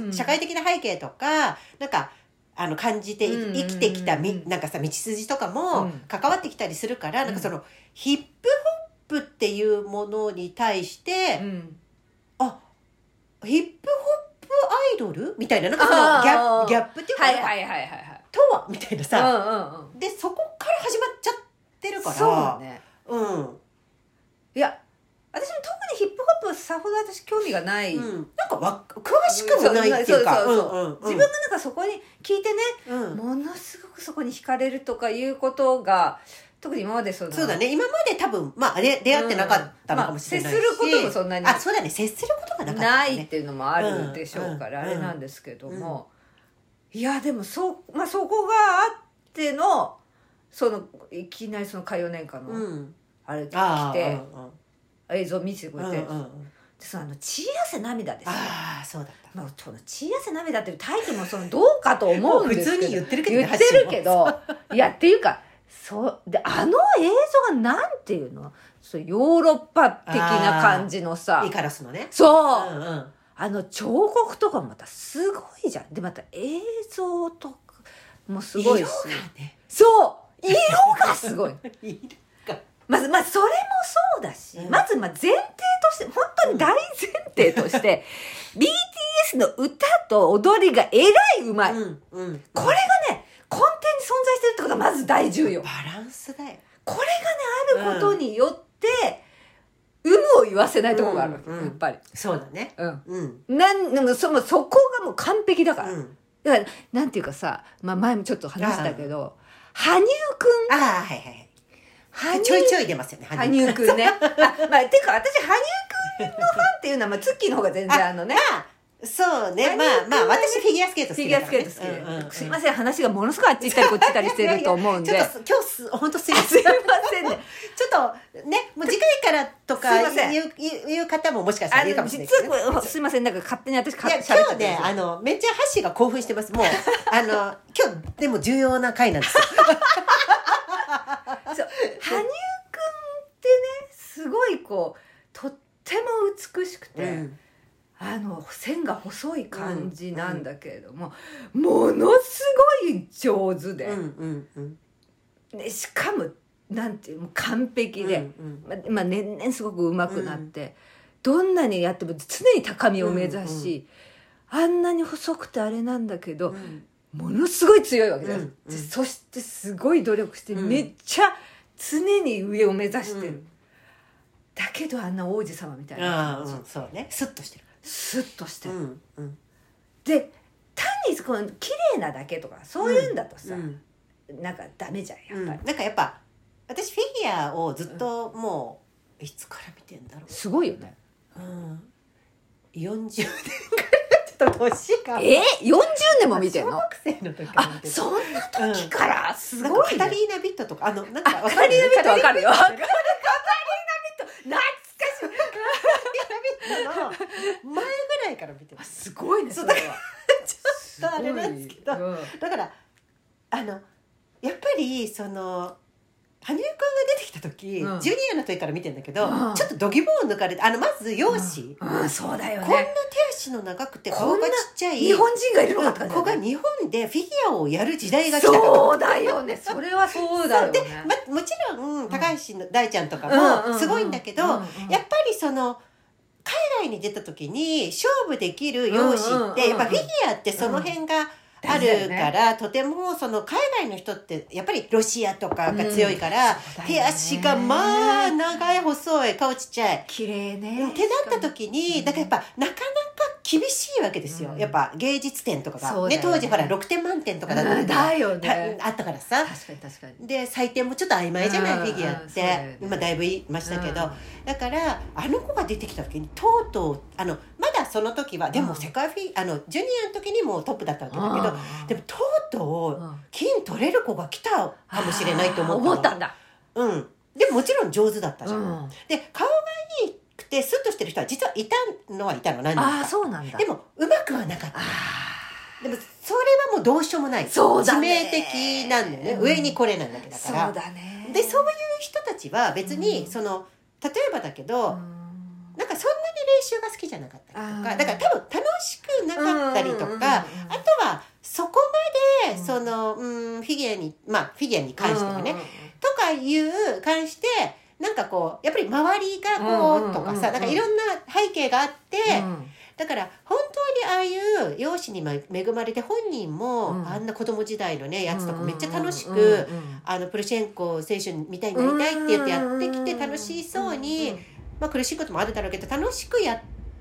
Speaker 2: う
Speaker 1: の
Speaker 2: ん
Speaker 1: 社会的な背景とか、なんかあの感じてい
Speaker 2: うんうんう
Speaker 1: 生
Speaker 2: ん
Speaker 1: きてきたみなんかさ道筋とか
Speaker 2: う
Speaker 1: も
Speaker 2: ん
Speaker 1: 関わってきたりするから、なんかそのヒップホップっていうものに対して、
Speaker 2: うん
Speaker 1: あヒップホップアイドルみたいななんかそのギ
Speaker 2: あ
Speaker 1: ャ
Speaker 2: ー
Speaker 1: ギャップっていうか
Speaker 2: は
Speaker 1: ないんか
Speaker 2: はいはいはいはい
Speaker 1: とはみたいなさ、
Speaker 2: うんうんうん
Speaker 1: でそこから始まっちゃってるから
Speaker 2: そうね
Speaker 1: うん
Speaker 2: いや私も特にヒップホップはさほど私興味がない、
Speaker 1: うん、なんかわ詳しくもないっていうか
Speaker 2: そうそうそう
Speaker 1: うんうんうん
Speaker 2: 自分がなんかそこに聞いてね、
Speaker 1: うん
Speaker 2: ものすごくそこに惹かれるとかいうことが特に今までその
Speaker 1: そうだね今まで多分まああれ出会ってなかったのかもしれないし、
Speaker 2: うんまあ接することもそんなに
Speaker 1: あそうだね接することがなかった、ね、
Speaker 2: ないっていうのもあるでしょうから、
Speaker 1: うん
Speaker 2: あれなんですけども、いやでもそう、まあ、そこがあってのそのいきなりその火曜年間
Speaker 1: う
Speaker 2: の
Speaker 1: ん
Speaker 2: あれが
Speaker 1: あ
Speaker 2: 来
Speaker 1: ー
Speaker 2: て、映像見せてく
Speaker 1: うん
Speaker 2: れ
Speaker 1: うん
Speaker 2: て、
Speaker 1: うんうん
Speaker 2: でそのあの「血汗涙」ですよ。
Speaker 1: ああそうだった
Speaker 2: まあ、その血汗涙っていうタイトルもそのどうかと思うんですけど
Speaker 1: もう普通に言ってるけどね
Speaker 2: 言ってるけどいやっていうかそうであの映像がなんていうのそうヨーロッパ的な感じのさ
Speaker 1: イカラスのねう
Speaker 2: そう、
Speaker 1: んうん
Speaker 2: あの彫刻とかもまたすごいじゃんでまた映像とかもすごいし
Speaker 1: 色がね
Speaker 2: そう色がすごい
Speaker 1: 色が
Speaker 2: まず、まあ、それもそうだし、
Speaker 1: うん
Speaker 2: まず、まあ、前提として、本当に大前提として、BTS の歌と踊りがえらいうまい。
Speaker 1: うんうん
Speaker 2: これがね、根底に存在してるってことがまず大重要。
Speaker 1: バランスだよ
Speaker 2: これがね、あることによって、有無を言わせないところがあるわけ、
Speaker 1: うんうん
Speaker 2: やっぱり。
Speaker 1: そうだね
Speaker 2: うん。
Speaker 1: うん
Speaker 2: なん、でもその、そこがもう完璧だ
Speaker 1: う
Speaker 2: から。
Speaker 1: ん
Speaker 2: だから、なんていうかさ、まあ、前もちょっと話したけど、羽生くん、
Speaker 1: ああはいはいはい
Speaker 2: 羽
Speaker 1: ちょいちょい出ますよね
Speaker 2: 羽生くんね。あ、まあ、てか私、羽生くんのファンっていうのは、まあ、ツッキーの方が全然あのね、
Speaker 1: まあそうね
Speaker 2: 羽生
Speaker 1: まあ
Speaker 2: 君
Speaker 1: まあ
Speaker 2: はね
Speaker 1: 私フィギュアスケート
Speaker 2: フィギュアスケート好きで。すいません、話がものすごいあっち行ったりこっち行ったりしてると思うん で。
Speaker 1: ちょっ
Speaker 2: すい
Speaker 1: と今日す本当すいません
Speaker 2: ま
Speaker 1: ちょ
Speaker 2: せんね。
Speaker 1: っとねもう次回からと
Speaker 2: すい
Speaker 1: か
Speaker 2: ません
Speaker 1: 言う言う言う方ももしかした
Speaker 2: あ
Speaker 1: らいるか
Speaker 2: の、
Speaker 1: もしれない
Speaker 2: 実
Speaker 1: ですね
Speaker 2: は、すいません、なんか勝手に私、か
Speaker 1: いや
Speaker 2: 喋っちゃ
Speaker 1: 今
Speaker 2: っ
Speaker 1: 日ねあ
Speaker 2: て。
Speaker 1: のめっちゃハッシーが興奮してますもう あの今日でも重要な回なんですよ
Speaker 2: そう羽生くんってね、すごいこう、とっても美しくて、
Speaker 1: うん
Speaker 2: あの、線が細い感じなんだけれども、ものすごい上手で。
Speaker 1: うんうんうん
Speaker 2: でしかもなんていうもう完璧
Speaker 1: うん
Speaker 2: で、ままあ、年々すごく上手くなって、どんなにやっても常に高みを目指し、あんなに細くてあれなんだけど、
Speaker 1: うん
Speaker 2: ものすごい強いわけだよ、
Speaker 1: うんうん
Speaker 2: でそしてすごい努力して、
Speaker 1: うん
Speaker 2: めっちゃ常に上を目指してる、
Speaker 1: うん
Speaker 2: だけどあんな王子様みたいな
Speaker 1: ああ
Speaker 2: 感
Speaker 1: う
Speaker 2: じ、
Speaker 1: んそうねスッとしてる
Speaker 2: スッとしてる、
Speaker 1: んうん
Speaker 2: で単にこの綺麗なだけとかそういうんだとさ、
Speaker 1: うん
Speaker 2: なんかダメじゃんやっぱり。
Speaker 1: うん、なんかやっぱ私フィギュアをずっともう、いつから見てんだろ
Speaker 2: すごいよね。
Speaker 1: う、うん、40年から ちょっと年が
Speaker 2: え40年も見てん
Speaker 1: 小
Speaker 2: の
Speaker 1: 学生の時から見
Speaker 2: あ
Speaker 1: てる
Speaker 2: そんな時から、す
Speaker 1: なん
Speaker 2: ご
Speaker 1: か
Speaker 2: い、
Speaker 1: カ
Speaker 2: ね、
Speaker 1: タリーナ・ビットとかあのなん
Speaker 2: あ
Speaker 1: か
Speaker 2: カタリーナビットわかるよわかるカタリーナビット懐かしい
Speaker 1: の前ぐないから見てま
Speaker 2: あ
Speaker 1: す
Speaker 2: すごいね
Speaker 1: そ
Speaker 2: そうれは
Speaker 1: ちょっとあれなんですけど
Speaker 2: すごいうん
Speaker 1: だからあのやっぱりその羽生くんが出てきた時、
Speaker 2: うん
Speaker 1: ジュニアの時から見てんだけど、
Speaker 2: うん
Speaker 1: ちょっと度肝を抜かれてあのまず容姿、
Speaker 2: うんうんそうだよ
Speaker 1: こんな手
Speaker 2: ね
Speaker 1: 足の長くて
Speaker 2: こんな
Speaker 1: 顔がちっちゃい
Speaker 2: 日本人がいるのかって感じ
Speaker 1: 子
Speaker 2: だ
Speaker 1: が
Speaker 2: ね
Speaker 1: 日本でフィギュアをやる時代が来たから
Speaker 2: そうだよねそれはそうだよ
Speaker 1: で
Speaker 2: ね
Speaker 1: ま、もちろん、
Speaker 2: ん
Speaker 1: 高橋の大ちゃんと
Speaker 2: うん
Speaker 1: か
Speaker 2: うんう
Speaker 1: も
Speaker 2: ん
Speaker 1: すごいんだけど、
Speaker 2: うんうん
Speaker 1: やっぱりその海外に出た時に勝負できる容姿って、
Speaker 2: うんうんうんうん
Speaker 1: やっぱフィギュアってその辺が、あるから、とてもその海外の人ってやっぱりロシアとかが強いから、手足がまあ長い細い顔ちっちゃい。
Speaker 2: 綺麗ね
Speaker 1: うんってなった時
Speaker 2: う
Speaker 1: に
Speaker 2: ん
Speaker 1: だからやっぱなかなか厳しいわけですよ、
Speaker 2: うん
Speaker 1: やっぱ芸術点とかが、
Speaker 2: そうだ
Speaker 1: ね
Speaker 2: よね
Speaker 1: 当時ほら6点満点とかだった
Speaker 2: う
Speaker 1: の
Speaker 2: ん
Speaker 1: が
Speaker 2: だよね
Speaker 1: たあったからさ
Speaker 2: 確かに確かに
Speaker 1: で採点もちょっと曖昧じゃない、
Speaker 2: うん
Speaker 1: フィギュアっ
Speaker 2: うん
Speaker 1: て、
Speaker 2: そうだよね
Speaker 1: 今だいぶ言いましたけど、
Speaker 2: うん
Speaker 1: だからあの子が出てきた時にとうとうあのまだその時はで
Speaker 2: う
Speaker 1: も
Speaker 2: ん
Speaker 1: 世界フィ、あのジュニアの時にもうトップだったわけだけど、
Speaker 2: うん
Speaker 1: でもとうとう
Speaker 2: うん
Speaker 1: 金取れる子が来たかもしれないと思ったの
Speaker 2: あー思ったんだ、
Speaker 1: うん、でもちろん上手だったじゃん、
Speaker 2: うん
Speaker 1: で顔がいいくてスッとしてる人は実はいたのはいたの何人
Speaker 2: ああ
Speaker 1: か
Speaker 2: そうなんだ
Speaker 1: でもうまくはなかったでもそれはもうどうしようもない
Speaker 2: そうだね
Speaker 1: 致命的なんだよね、
Speaker 2: うん
Speaker 1: 上に来れないわけだ
Speaker 2: そ
Speaker 1: か
Speaker 2: う
Speaker 1: ら
Speaker 2: だね
Speaker 1: でそういう人たちは別に
Speaker 2: うん
Speaker 1: その、例えばだけど、
Speaker 2: うん
Speaker 1: なんかそんなに練習が好きじゃなかったりと
Speaker 2: あ
Speaker 1: か
Speaker 2: ー
Speaker 1: だから多分楽しくなかったりとか、
Speaker 2: うんうんうんうん
Speaker 1: あとはそこまで
Speaker 2: うん
Speaker 1: その、うん、フィギュアにまあフィギュアに関してはね、
Speaker 2: うんうんうん
Speaker 1: とかいう関してなんかこうやっぱり周りがこ
Speaker 2: うんうんうんう
Speaker 1: うんとかさ、なんかいろんな背景があって、
Speaker 2: うん
Speaker 1: だから本当にああいう容姿にま恵まれて本人も、
Speaker 2: うん
Speaker 1: あんな子供時代のねやつとかめっちゃ楽しく、
Speaker 2: うんうん
Speaker 1: あのプルシェンコ選手みたいになりたいって言ってやってきて楽しそうに、
Speaker 2: うん
Speaker 1: まあ、苦しいこともあるだろうけど楽しくやっ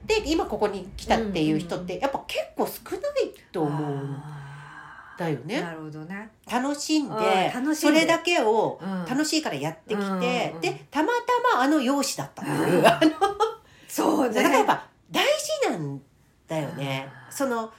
Speaker 1: て今ここに来たっていう人っ
Speaker 2: う
Speaker 1: てやっぱ結構少ないと思うん
Speaker 2: あ
Speaker 1: だよ
Speaker 2: ー
Speaker 1: ね。
Speaker 2: なるほどね
Speaker 1: 楽しんで
Speaker 2: うん楽し
Speaker 1: そ
Speaker 2: んで
Speaker 1: れだけを
Speaker 2: うん
Speaker 1: 楽しいからやってき
Speaker 2: うんうん
Speaker 1: て、
Speaker 2: うん
Speaker 1: でたまたまあの容姿だったっていううん あの
Speaker 2: そう
Speaker 1: だ
Speaker 2: ね
Speaker 1: からやっぱ大事なんだよね。
Speaker 2: うん
Speaker 1: その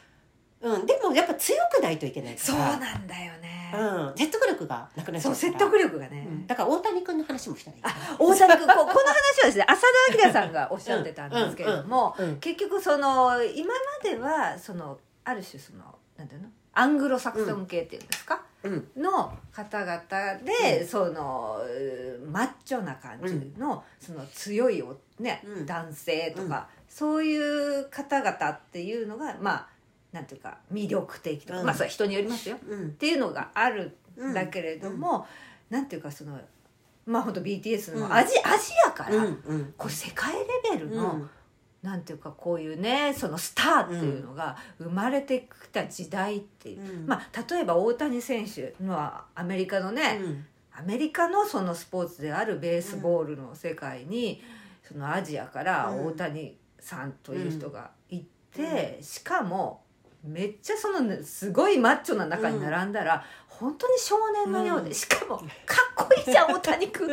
Speaker 1: うん、でもやっぱ強くないといけないか
Speaker 2: そう
Speaker 1: ら
Speaker 2: なんだよね、
Speaker 1: うん、説得力がなくなっちゃ
Speaker 2: そうう
Speaker 1: から
Speaker 2: 説得力がね、
Speaker 1: うんだから大谷君の話もしたらいいかな
Speaker 2: 大谷君ここ の話はですね浅田明さんがおっしゃってたんですけれども、
Speaker 1: うん
Speaker 2: 結局その今まではそのある種そのなんていうのアングロサクソン系っていうんですか、
Speaker 1: うん
Speaker 2: の方々で、
Speaker 1: う
Speaker 2: そのうーマッチョな感じの,、その強いお、ね
Speaker 1: うん
Speaker 2: 男性とか、そういう方々っていうのがまあなんていうか魅力的とか、
Speaker 1: うん
Speaker 2: まあそれは人によりますよ
Speaker 1: うん
Speaker 2: っていうのがある
Speaker 1: うん
Speaker 2: んだけれども、なんていうかそのまあ本当 BTS
Speaker 1: うん
Speaker 2: のアジ,、アジアから、
Speaker 1: うんうん
Speaker 2: こう世界レベルの、
Speaker 1: うん
Speaker 2: なんていうかこういうねそのスターっていうのが生まれてきた時代っていう、
Speaker 1: うん
Speaker 2: まあ例えば大谷選手のはアメリカのね、
Speaker 1: うん
Speaker 2: アメリカのそのスポーツであるベースボールの世界に、そのアジアから大谷さんという人が行って、しかもめっちゃそのねすごいマッチョな中に並んだら、本当に少年のようで、
Speaker 1: うん
Speaker 2: しかもかっこいいじゃん大谷君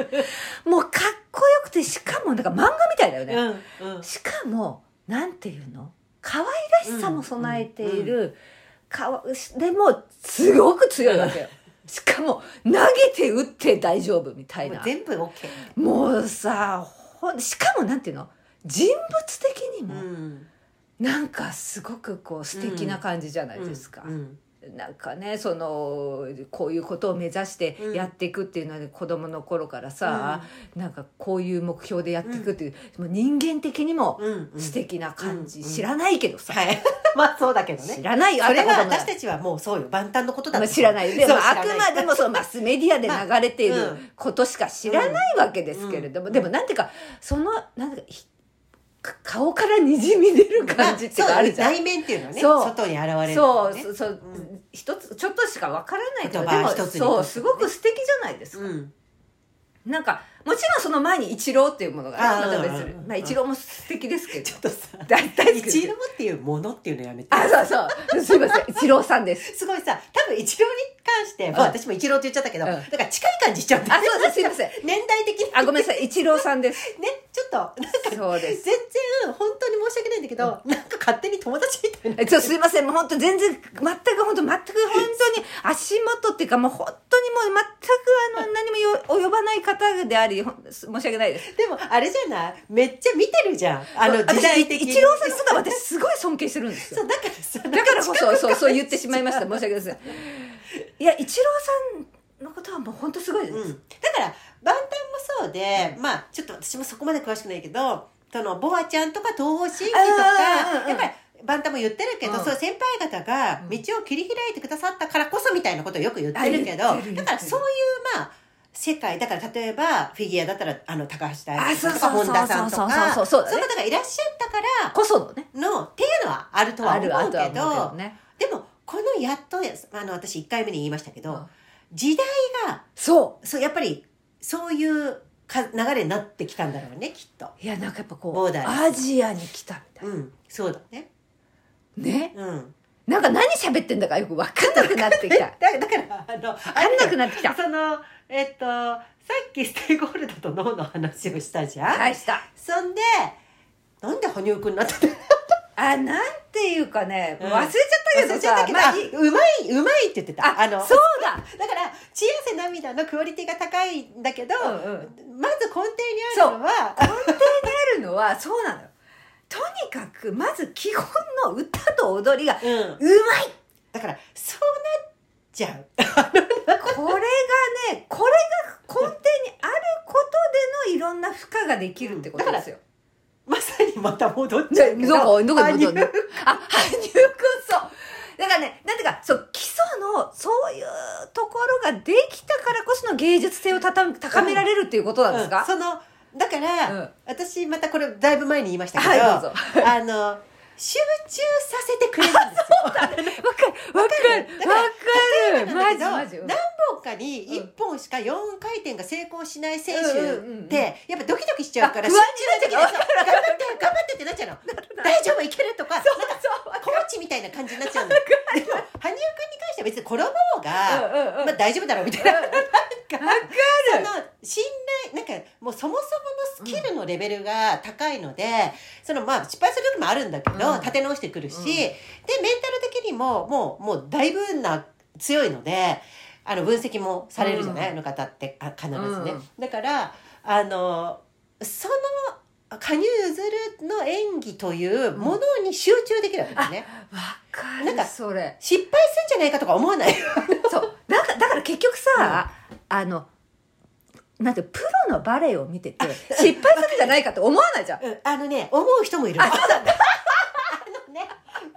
Speaker 2: もうかっこよくてしかもなんか漫画みたいだよね。
Speaker 1: うんうん
Speaker 2: しかもなんていうの可愛らしさも備えている、かわでもすごく強いわけよしかも投げて打って大丈夫みたい
Speaker 1: もう
Speaker 2: な
Speaker 1: 全部 OK。
Speaker 2: もうさほんしかもなんていうの人物的
Speaker 1: う
Speaker 2: にも
Speaker 1: ん
Speaker 2: なんかすごくこう素敵な感じじゃないですか、
Speaker 1: うん
Speaker 2: なんかねそのこういうことを目指してやっていくっていうのは、子供の頃からさ、なんかこういう目標でやっていくっていう、もう人間的にも
Speaker 1: うんうん
Speaker 2: 素敵な感じ、
Speaker 1: うんうん
Speaker 2: 知らないけどさ、
Speaker 1: はい。 まあそうだけどね。
Speaker 2: 知らないよ
Speaker 1: それは
Speaker 2: 会ったこともない
Speaker 1: 私たちはもうそうよ万端のことだ
Speaker 2: まあ知らないでも
Speaker 1: そう
Speaker 2: あ
Speaker 1: 知ら
Speaker 2: く
Speaker 1: ない
Speaker 2: までもそのマスメディアで流れている
Speaker 1: まあ うん
Speaker 2: ことしか知らないわけですけれども、
Speaker 1: うん
Speaker 2: でもなんていうかそのなんていうかひか顔からにじみ出る感じっていうかあるじゃん
Speaker 1: そう。内面っていうのはね
Speaker 2: そう
Speaker 1: 外に現れる
Speaker 2: そ
Speaker 1: の
Speaker 2: う
Speaker 1: ね
Speaker 2: そうそう、
Speaker 1: う
Speaker 2: 一つちょっとしかわからないけど
Speaker 1: 言
Speaker 2: で
Speaker 1: 葉
Speaker 2: も
Speaker 1: 一つに
Speaker 2: そうすごく素敵じゃないですか、
Speaker 1: うん
Speaker 2: なんかもちろんその前にイチローっていうものがね
Speaker 1: あー
Speaker 2: また別に
Speaker 1: うん
Speaker 2: まあイチローも素敵で すけど
Speaker 1: ちょっとさ
Speaker 2: 大体
Speaker 1: 一郎っていうものっていうのやめて
Speaker 2: あそうそうすいませんイチローさんです
Speaker 1: すごいさ多分一郎に関して
Speaker 2: ん
Speaker 1: まあ私も一郎って言っちゃったけど
Speaker 2: うん
Speaker 1: だから近い感じしちゃって
Speaker 2: あそうですすいません
Speaker 1: 年代的に
Speaker 2: あごめんなさいイチローさんです
Speaker 1: ねちょっとなんか
Speaker 2: そうで
Speaker 1: 全
Speaker 2: す。
Speaker 1: 然本当に申し訳ないんだけどなんか勝手に友達みたいな
Speaker 2: えちょすいませんもう本当全然全く本当全く本当に足元っていうかもう本当にも全くあの何もよ及ばない方でありほん申し訳ないです
Speaker 1: でもあれじゃないめっちゃ見てるじゃんあの
Speaker 2: 私
Speaker 1: 時代的
Speaker 2: イチローさんとか私すごい尊敬するんですよ
Speaker 1: そうだからさだ
Speaker 2: だからこそそうそう言ってしまいました申し訳ないですいやイチローさんのことはもう本当すごいです、
Speaker 1: うん、だから万端もそうで、まあちょっと私もそこまで詳しくないけどそのボアちゃんとか東方神起とか
Speaker 2: あーうんうん
Speaker 1: やっぱり万端も言ってるけど、
Speaker 2: うん
Speaker 1: そういう先輩方が道を切り開いてくださったからこそみたいなことをよく言ってるけど、
Speaker 2: あ言ってる
Speaker 1: だからそういうまあ世界だから例えばフィギュアだったらあの高橋大
Speaker 2: あ
Speaker 1: 輔さ
Speaker 2: そうん
Speaker 1: とか本
Speaker 2: そうそう
Speaker 1: 田さんとか
Speaker 2: そうそうそうそうそ
Speaker 1: い
Speaker 2: うだね
Speaker 1: う方がいらっしゃったから
Speaker 2: こそのね
Speaker 1: のっていうのはあるとは
Speaker 2: あ
Speaker 1: 思うけ
Speaker 2: る
Speaker 1: ど
Speaker 2: あとは思うけどね
Speaker 1: でもこのやっとあの私1回目に言いましたけど、
Speaker 2: うん
Speaker 1: 時代が
Speaker 2: そ
Speaker 1: そうやっぱりそういうか流れになってきたんだろうねきっと。
Speaker 2: ういやなんかやっぱこ
Speaker 1: ボー
Speaker 2: う
Speaker 1: ダーレス
Speaker 2: アジアに来たみたい
Speaker 1: うん、そうだね。
Speaker 2: なね
Speaker 1: うん。
Speaker 2: なんか何喋ってんだかよく分かんなくなってき た
Speaker 1: だだからあの
Speaker 2: 分かんなくなってきた
Speaker 1: そのえっとさっきステークホルダーと脳の話をしたじゃん。
Speaker 2: 大した
Speaker 1: そんでなんで羽生くんになったんだ
Speaker 2: あなんていうかね
Speaker 1: うん
Speaker 2: 忘れちゃったけどさ、
Speaker 1: 忘れちゃったけど
Speaker 2: まあ
Speaker 1: あ
Speaker 2: いいう
Speaker 1: まいうまいって言ってた。
Speaker 2: あ
Speaker 1: あの
Speaker 2: そうだ
Speaker 1: だから血汗涙のクオリティが高いんだけど、
Speaker 2: うんうん
Speaker 1: まず根底にあるのは
Speaker 2: 根底にあるのはそうなのよとにかくまず基本の歌と踊りが
Speaker 1: う、ん、
Speaker 2: うまい
Speaker 1: だからそうなっちゃう。
Speaker 2: これがねこれが根底にあることでのいろんな負荷ができるってことですよ。
Speaker 1: まさにまた戻っち
Speaker 2: じゃ
Speaker 1: ゃ
Speaker 2: あ
Speaker 1: うけ
Speaker 2: どこどこ
Speaker 1: あ
Speaker 2: に戻るの
Speaker 1: ニュー
Speaker 2: あ羽生くんそうだからねなんていうかそう基礎のそういうところができたからこその芸術性をたた高められるっていうことなんです
Speaker 1: うん
Speaker 2: か、
Speaker 1: そのだから、
Speaker 2: うん
Speaker 1: 私またこれだいぶ前に言いましたけど、
Speaker 2: はいどうぞ
Speaker 1: あの集中させてくれるんですよ。
Speaker 2: わかるわ
Speaker 1: だから
Speaker 2: かるわかる
Speaker 1: 例えばな
Speaker 2: マ
Speaker 1: んだ
Speaker 2: ジ
Speaker 1: けど
Speaker 2: マジ
Speaker 1: 何本かに1本しか4回転が成功しない選手
Speaker 2: うんうんうんう
Speaker 1: っ
Speaker 2: ん
Speaker 1: てやっぱドキドキしちゃうから
Speaker 2: あ不安になっちゃう
Speaker 1: 集中できないそう頑張って頑張ってってなっちゃうの大丈夫いけ るとかなんかコーチみたいな感じになっちゃうのでも羽生くんに関しては別に転ぼうが、
Speaker 2: うんうんうん
Speaker 1: まあ、大丈夫だろうみたいな
Speaker 2: わか
Speaker 1: そ
Speaker 2: る
Speaker 1: の信頼なんかもうそもそものスキルのレベルが高いので、そのまあ失敗する時もあるんだけど、
Speaker 2: うん
Speaker 1: 立て直してくるし、
Speaker 2: うん
Speaker 1: でメンタル的にももうもうだいぶな強いのであの分析もされるじゃない、
Speaker 2: うん
Speaker 1: あの方ってあ必ずね、
Speaker 2: うん
Speaker 1: だからあのその加入譲るの演技というものに集中できるわけですね、
Speaker 2: わか
Speaker 1: なんか
Speaker 2: るそれ
Speaker 1: 失敗するんじゃないかとか思わない
Speaker 2: そうだからだから結局さ、あのなんてプロのバレエを見てて失敗するんじゃないかって思わないじゃん。
Speaker 1: うんあのね思う人もいる
Speaker 2: あそうだ
Speaker 1: ね、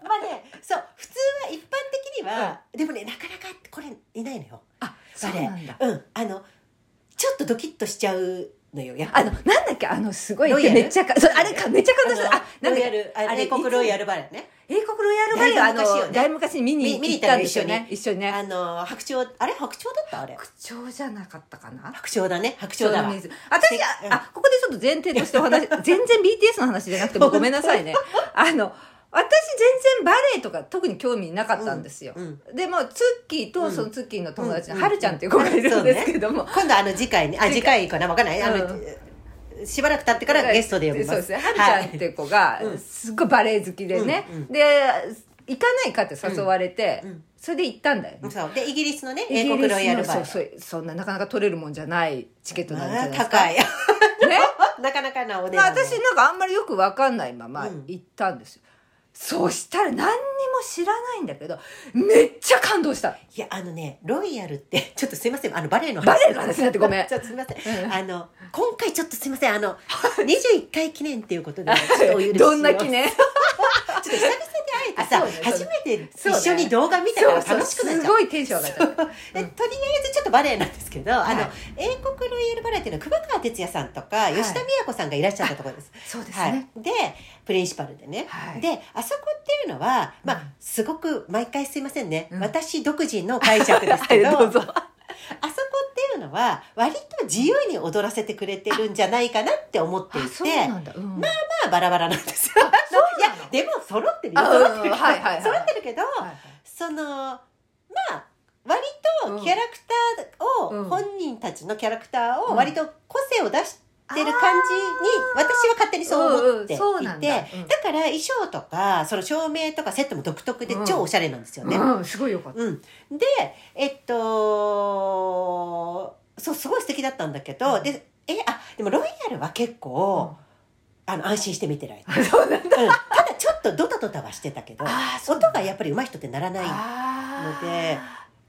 Speaker 1: まあね、そう、普通は一般的には、でもね、なかなかこれいないのよ。
Speaker 2: あそうなんだ。
Speaker 1: うん、あの、ちょっとドキッとしちゃうのよ。やっぱ
Speaker 2: あ
Speaker 1: り
Speaker 2: のなんだっけあのすごい
Speaker 1: ロイヤル
Speaker 2: めっちゃかそうあれかめっちゃ感動した。あ
Speaker 1: あ
Speaker 2: なん
Speaker 1: ロイ
Speaker 2: だ
Speaker 1: ヤ
Speaker 2: っけ
Speaker 1: ル、あれ、英国ロイヤルバレーね。
Speaker 2: 英国ロイヤルバレエはあ
Speaker 1: だいぶ昔よ
Speaker 2: の
Speaker 1: ね
Speaker 2: 大昔に見に
Speaker 1: 見見
Speaker 2: 行
Speaker 1: に
Speaker 2: っ
Speaker 1: 行ったた
Speaker 2: ん
Speaker 1: の
Speaker 2: ですよね。一緒にね。
Speaker 1: あの、白鳥、あれ白鳥だったあれ。
Speaker 2: 白鳥じゃなかったかな。
Speaker 1: 白鳥だね。白鳥だわ。
Speaker 2: 私あ、あここでちょっと前提としてお話、全然 BTS の話じゃなくて もごめんなさいね。あの、私全然バレエとか特に興味なかったんですよ。
Speaker 1: うん
Speaker 2: でも、ツッキーとそのツッキーの友達の
Speaker 1: うん
Speaker 2: はるちゃんっていう子がいるんですけども。
Speaker 1: 今度あの次回ね、あ、次回かなわかんない。あの、しばらく経ってからゲストで呼びます。
Speaker 2: そうですね。はるちゃんっていう子が
Speaker 1: うん、
Speaker 2: すっごいバレエ好きでね。
Speaker 1: うんうん
Speaker 2: で、行かないかって誘われて、
Speaker 1: うんうん
Speaker 2: それで行ったんだよね。
Speaker 1: そう。で、イギリスのね、
Speaker 2: イ
Speaker 1: 英
Speaker 2: ギリス
Speaker 1: 国
Speaker 2: の
Speaker 1: ロイヤルバレー。
Speaker 2: そうそうそんななかなか取れるもんじゃないチケットなんじゃないですか。
Speaker 1: 高い。
Speaker 2: ね。
Speaker 1: なかなかなお値
Speaker 2: まあ、
Speaker 1: 段の。
Speaker 2: 私なんかあんまりよくわかんないまま
Speaker 1: うん
Speaker 2: 行ったんですよ、そうしたら何にも知らないんだけどめっちゃ感動した
Speaker 1: いや、あのね、ロイヤルって、 ちょっとすいません、あの、バレエの話。
Speaker 2: バレエの話になってごめ ん
Speaker 1: ちょっとすいません。
Speaker 2: うん
Speaker 1: あの、今回ちょっとすいません、あ の、21回記念っていうことで、ちょっとお許しを
Speaker 2: どんな記念
Speaker 1: ちょっと久々に会えて
Speaker 2: あ
Speaker 1: さ、
Speaker 2: そうねそう
Speaker 1: 初
Speaker 2: ね
Speaker 1: めて
Speaker 2: そうね
Speaker 1: 一緒に動画見たから
Speaker 2: そう
Speaker 1: 楽しくなっち
Speaker 2: す
Speaker 1: ゃう。
Speaker 2: ごいテンション上がっちゃった
Speaker 1: でとりあえずちょっとバレエなんですけど、あの
Speaker 2: はい
Speaker 1: 英国ロイヤルバレエっていうのは熊川哲也さんとか
Speaker 2: い
Speaker 1: 吉田美也子さんがいらっしゃったところです。
Speaker 2: そうです
Speaker 1: はい
Speaker 2: ね、
Speaker 1: でプリンシパルでね、
Speaker 2: はい
Speaker 1: であそこっていうのは、ま
Speaker 2: う
Speaker 1: あ
Speaker 2: ん、
Speaker 1: すごく毎回すいませんね、
Speaker 2: うん
Speaker 1: 私独自の解釈ですけど
Speaker 2: はいどうぞ
Speaker 1: あそこっていうのは割と自由に踊らせてくれてるんじゃないかなって思ってい
Speaker 2: あ
Speaker 1: て
Speaker 2: そうなんだ、うん、ま
Speaker 1: ま
Speaker 2: あ
Speaker 1: あバラバラなんですよ。いやでも揃ってるよ
Speaker 2: あ
Speaker 1: 揃ってる、
Speaker 2: うんはいはいはい
Speaker 1: 揃ってるけど、そのまあ割とキャラクターを、
Speaker 2: うん
Speaker 1: 本人たちのキャラクター
Speaker 2: うん
Speaker 1: を割と個性を出してる感じに私は勝手にそう思っていて、
Speaker 2: うんうんそうなんだ
Speaker 1: だ
Speaker 2: うん
Speaker 1: から衣装とかその照明とかセットも独特で
Speaker 2: うん
Speaker 1: 超おしゃれなんですよね。
Speaker 2: うん、すごいよかった。
Speaker 1: うん、でえっとそうすごい素敵だったんだけど、
Speaker 2: うん
Speaker 1: でえあでもロイヤルは結構、あの安心して見てられた、
Speaker 2: そうなんだ。
Speaker 1: うんただちょっとドタドタはしてたけど
Speaker 2: あーそう
Speaker 1: 音がやっぱり上手い人ってならない
Speaker 2: あー
Speaker 1: ので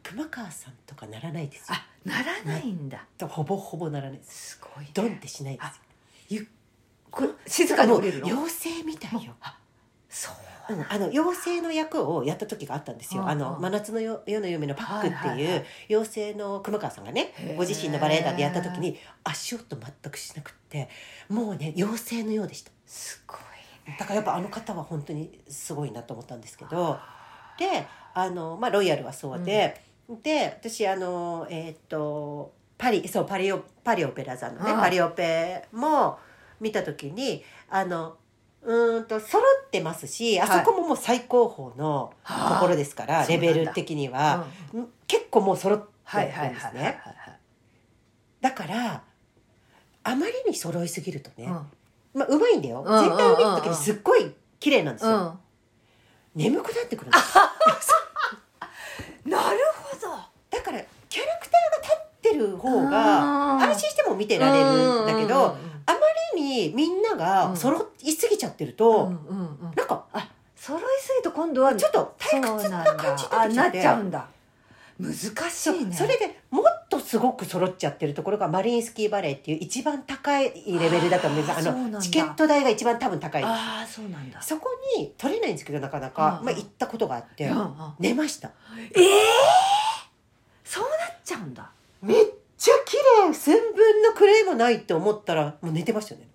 Speaker 1: 熊川さんとかならないです
Speaker 2: あ、ならないんだ。
Speaker 1: よほぼほぼならないです
Speaker 2: すごい、ね。
Speaker 1: ドンってしないですよ
Speaker 2: あゆっこれ静かに降りるの。
Speaker 1: もう妖精みたいよ。
Speaker 2: そうう。
Speaker 1: ん、あの妖精の役をやった時があったんですよ。
Speaker 2: うんうん
Speaker 1: あの真夏のよ夜の夢のパックって
Speaker 2: はいはい
Speaker 1: い
Speaker 2: は
Speaker 1: う妖精の熊川さんがね
Speaker 2: へー、
Speaker 1: ご自身のバレエ団でやった時に足音全くしなくって、もうね妖精のようでした。
Speaker 2: すごいね。
Speaker 1: だからやっぱあの方は本当にすごいなと思ったんですけど、で、あのまあロイヤルはそうで、で私あのえーっとパリそうパリオパリオペラ座のね
Speaker 2: うん
Speaker 1: パリオペも見た時にあのうーんと揃ってますし、あそこももう最高峰のところですから、
Speaker 2: あー
Speaker 1: レベル的には、
Speaker 2: うん
Speaker 1: ん結構もう揃って
Speaker 2: は
Speaker 1: る
Speaker 2: いはい
Speaker 1: ん
Speaker 2: はい
Speaker 1: で
Speaker 2: は
Speaker 1: す
Speaker 2: いはい
Speaker 1: ね。だからあまりに揃いすぎるとね、
Speaker 2: はい。
Speaker 1: まあうまいんだよ。
Speaker 2: うんうんうんう
Speaker 1: 全
Speaker 2: ん
Speaker 1: 体を見る時にすっごい綺麗なんです
Speaker 2: う
Speaker 1: よ。
Speaker 2: ん。うん
Speaker 1: 眠くなってくるんです
Speaker 2: なるほど。
Speaker 1: だからキャラクターが立ってる方が
Speaker 2: あー
Speaker 1: 安心しても見てられるんだけど、
Speaker 2: うんうん
Speaker 1: あまりにみんなが揃いすぎちゃってる
Speaker 2: う
Speaker 1: と、
Speaker 2: んうんうんうん
Speaker 1: なんか
Speaker 2: あ、揃いすぎと今度は
Speaker 1: ちょっと退屈な感じ
Speaker 2: そ
Speaker 1: に
Speaker 2: うな
Speaker 1: なって
Speaker 2: んだあなっ
Speaker 1: き
Speaker 2: ち
Speaker 1: ちゃ
Speaker 2: ゃ
Speaker 1: っ
Speaker 2: う
Speaker 1: て
Speaker 2: んだ難し
Speaker 1: そ
Speaker 2: いね
Speaker 1: うそれでもっとすごく揃っちゃってるところがマリインスキーバレーっていう一番高いレベルだと思うんです
Speaker 2: あー
Speaker 1: あ
Speaker 2: そうなんだ
Speaker 1: のチケット代が一番多分高い
Speaker 2: ああそうなんだ
Speaker 1: そこに取れないんですけどなかな
Speaker 2: うん
Speaker 1: か
Speaker 2: う、ん
Speaker 1: まあ、行ったことがあって、
Speaker 2: うんうん
Speaker 1: 寝ました
Speaker 2: ええそうなっちゃうんだ
Speaker 1: めっちゃ綺麗寸分のクレーもないって思ったらもう寝てましたね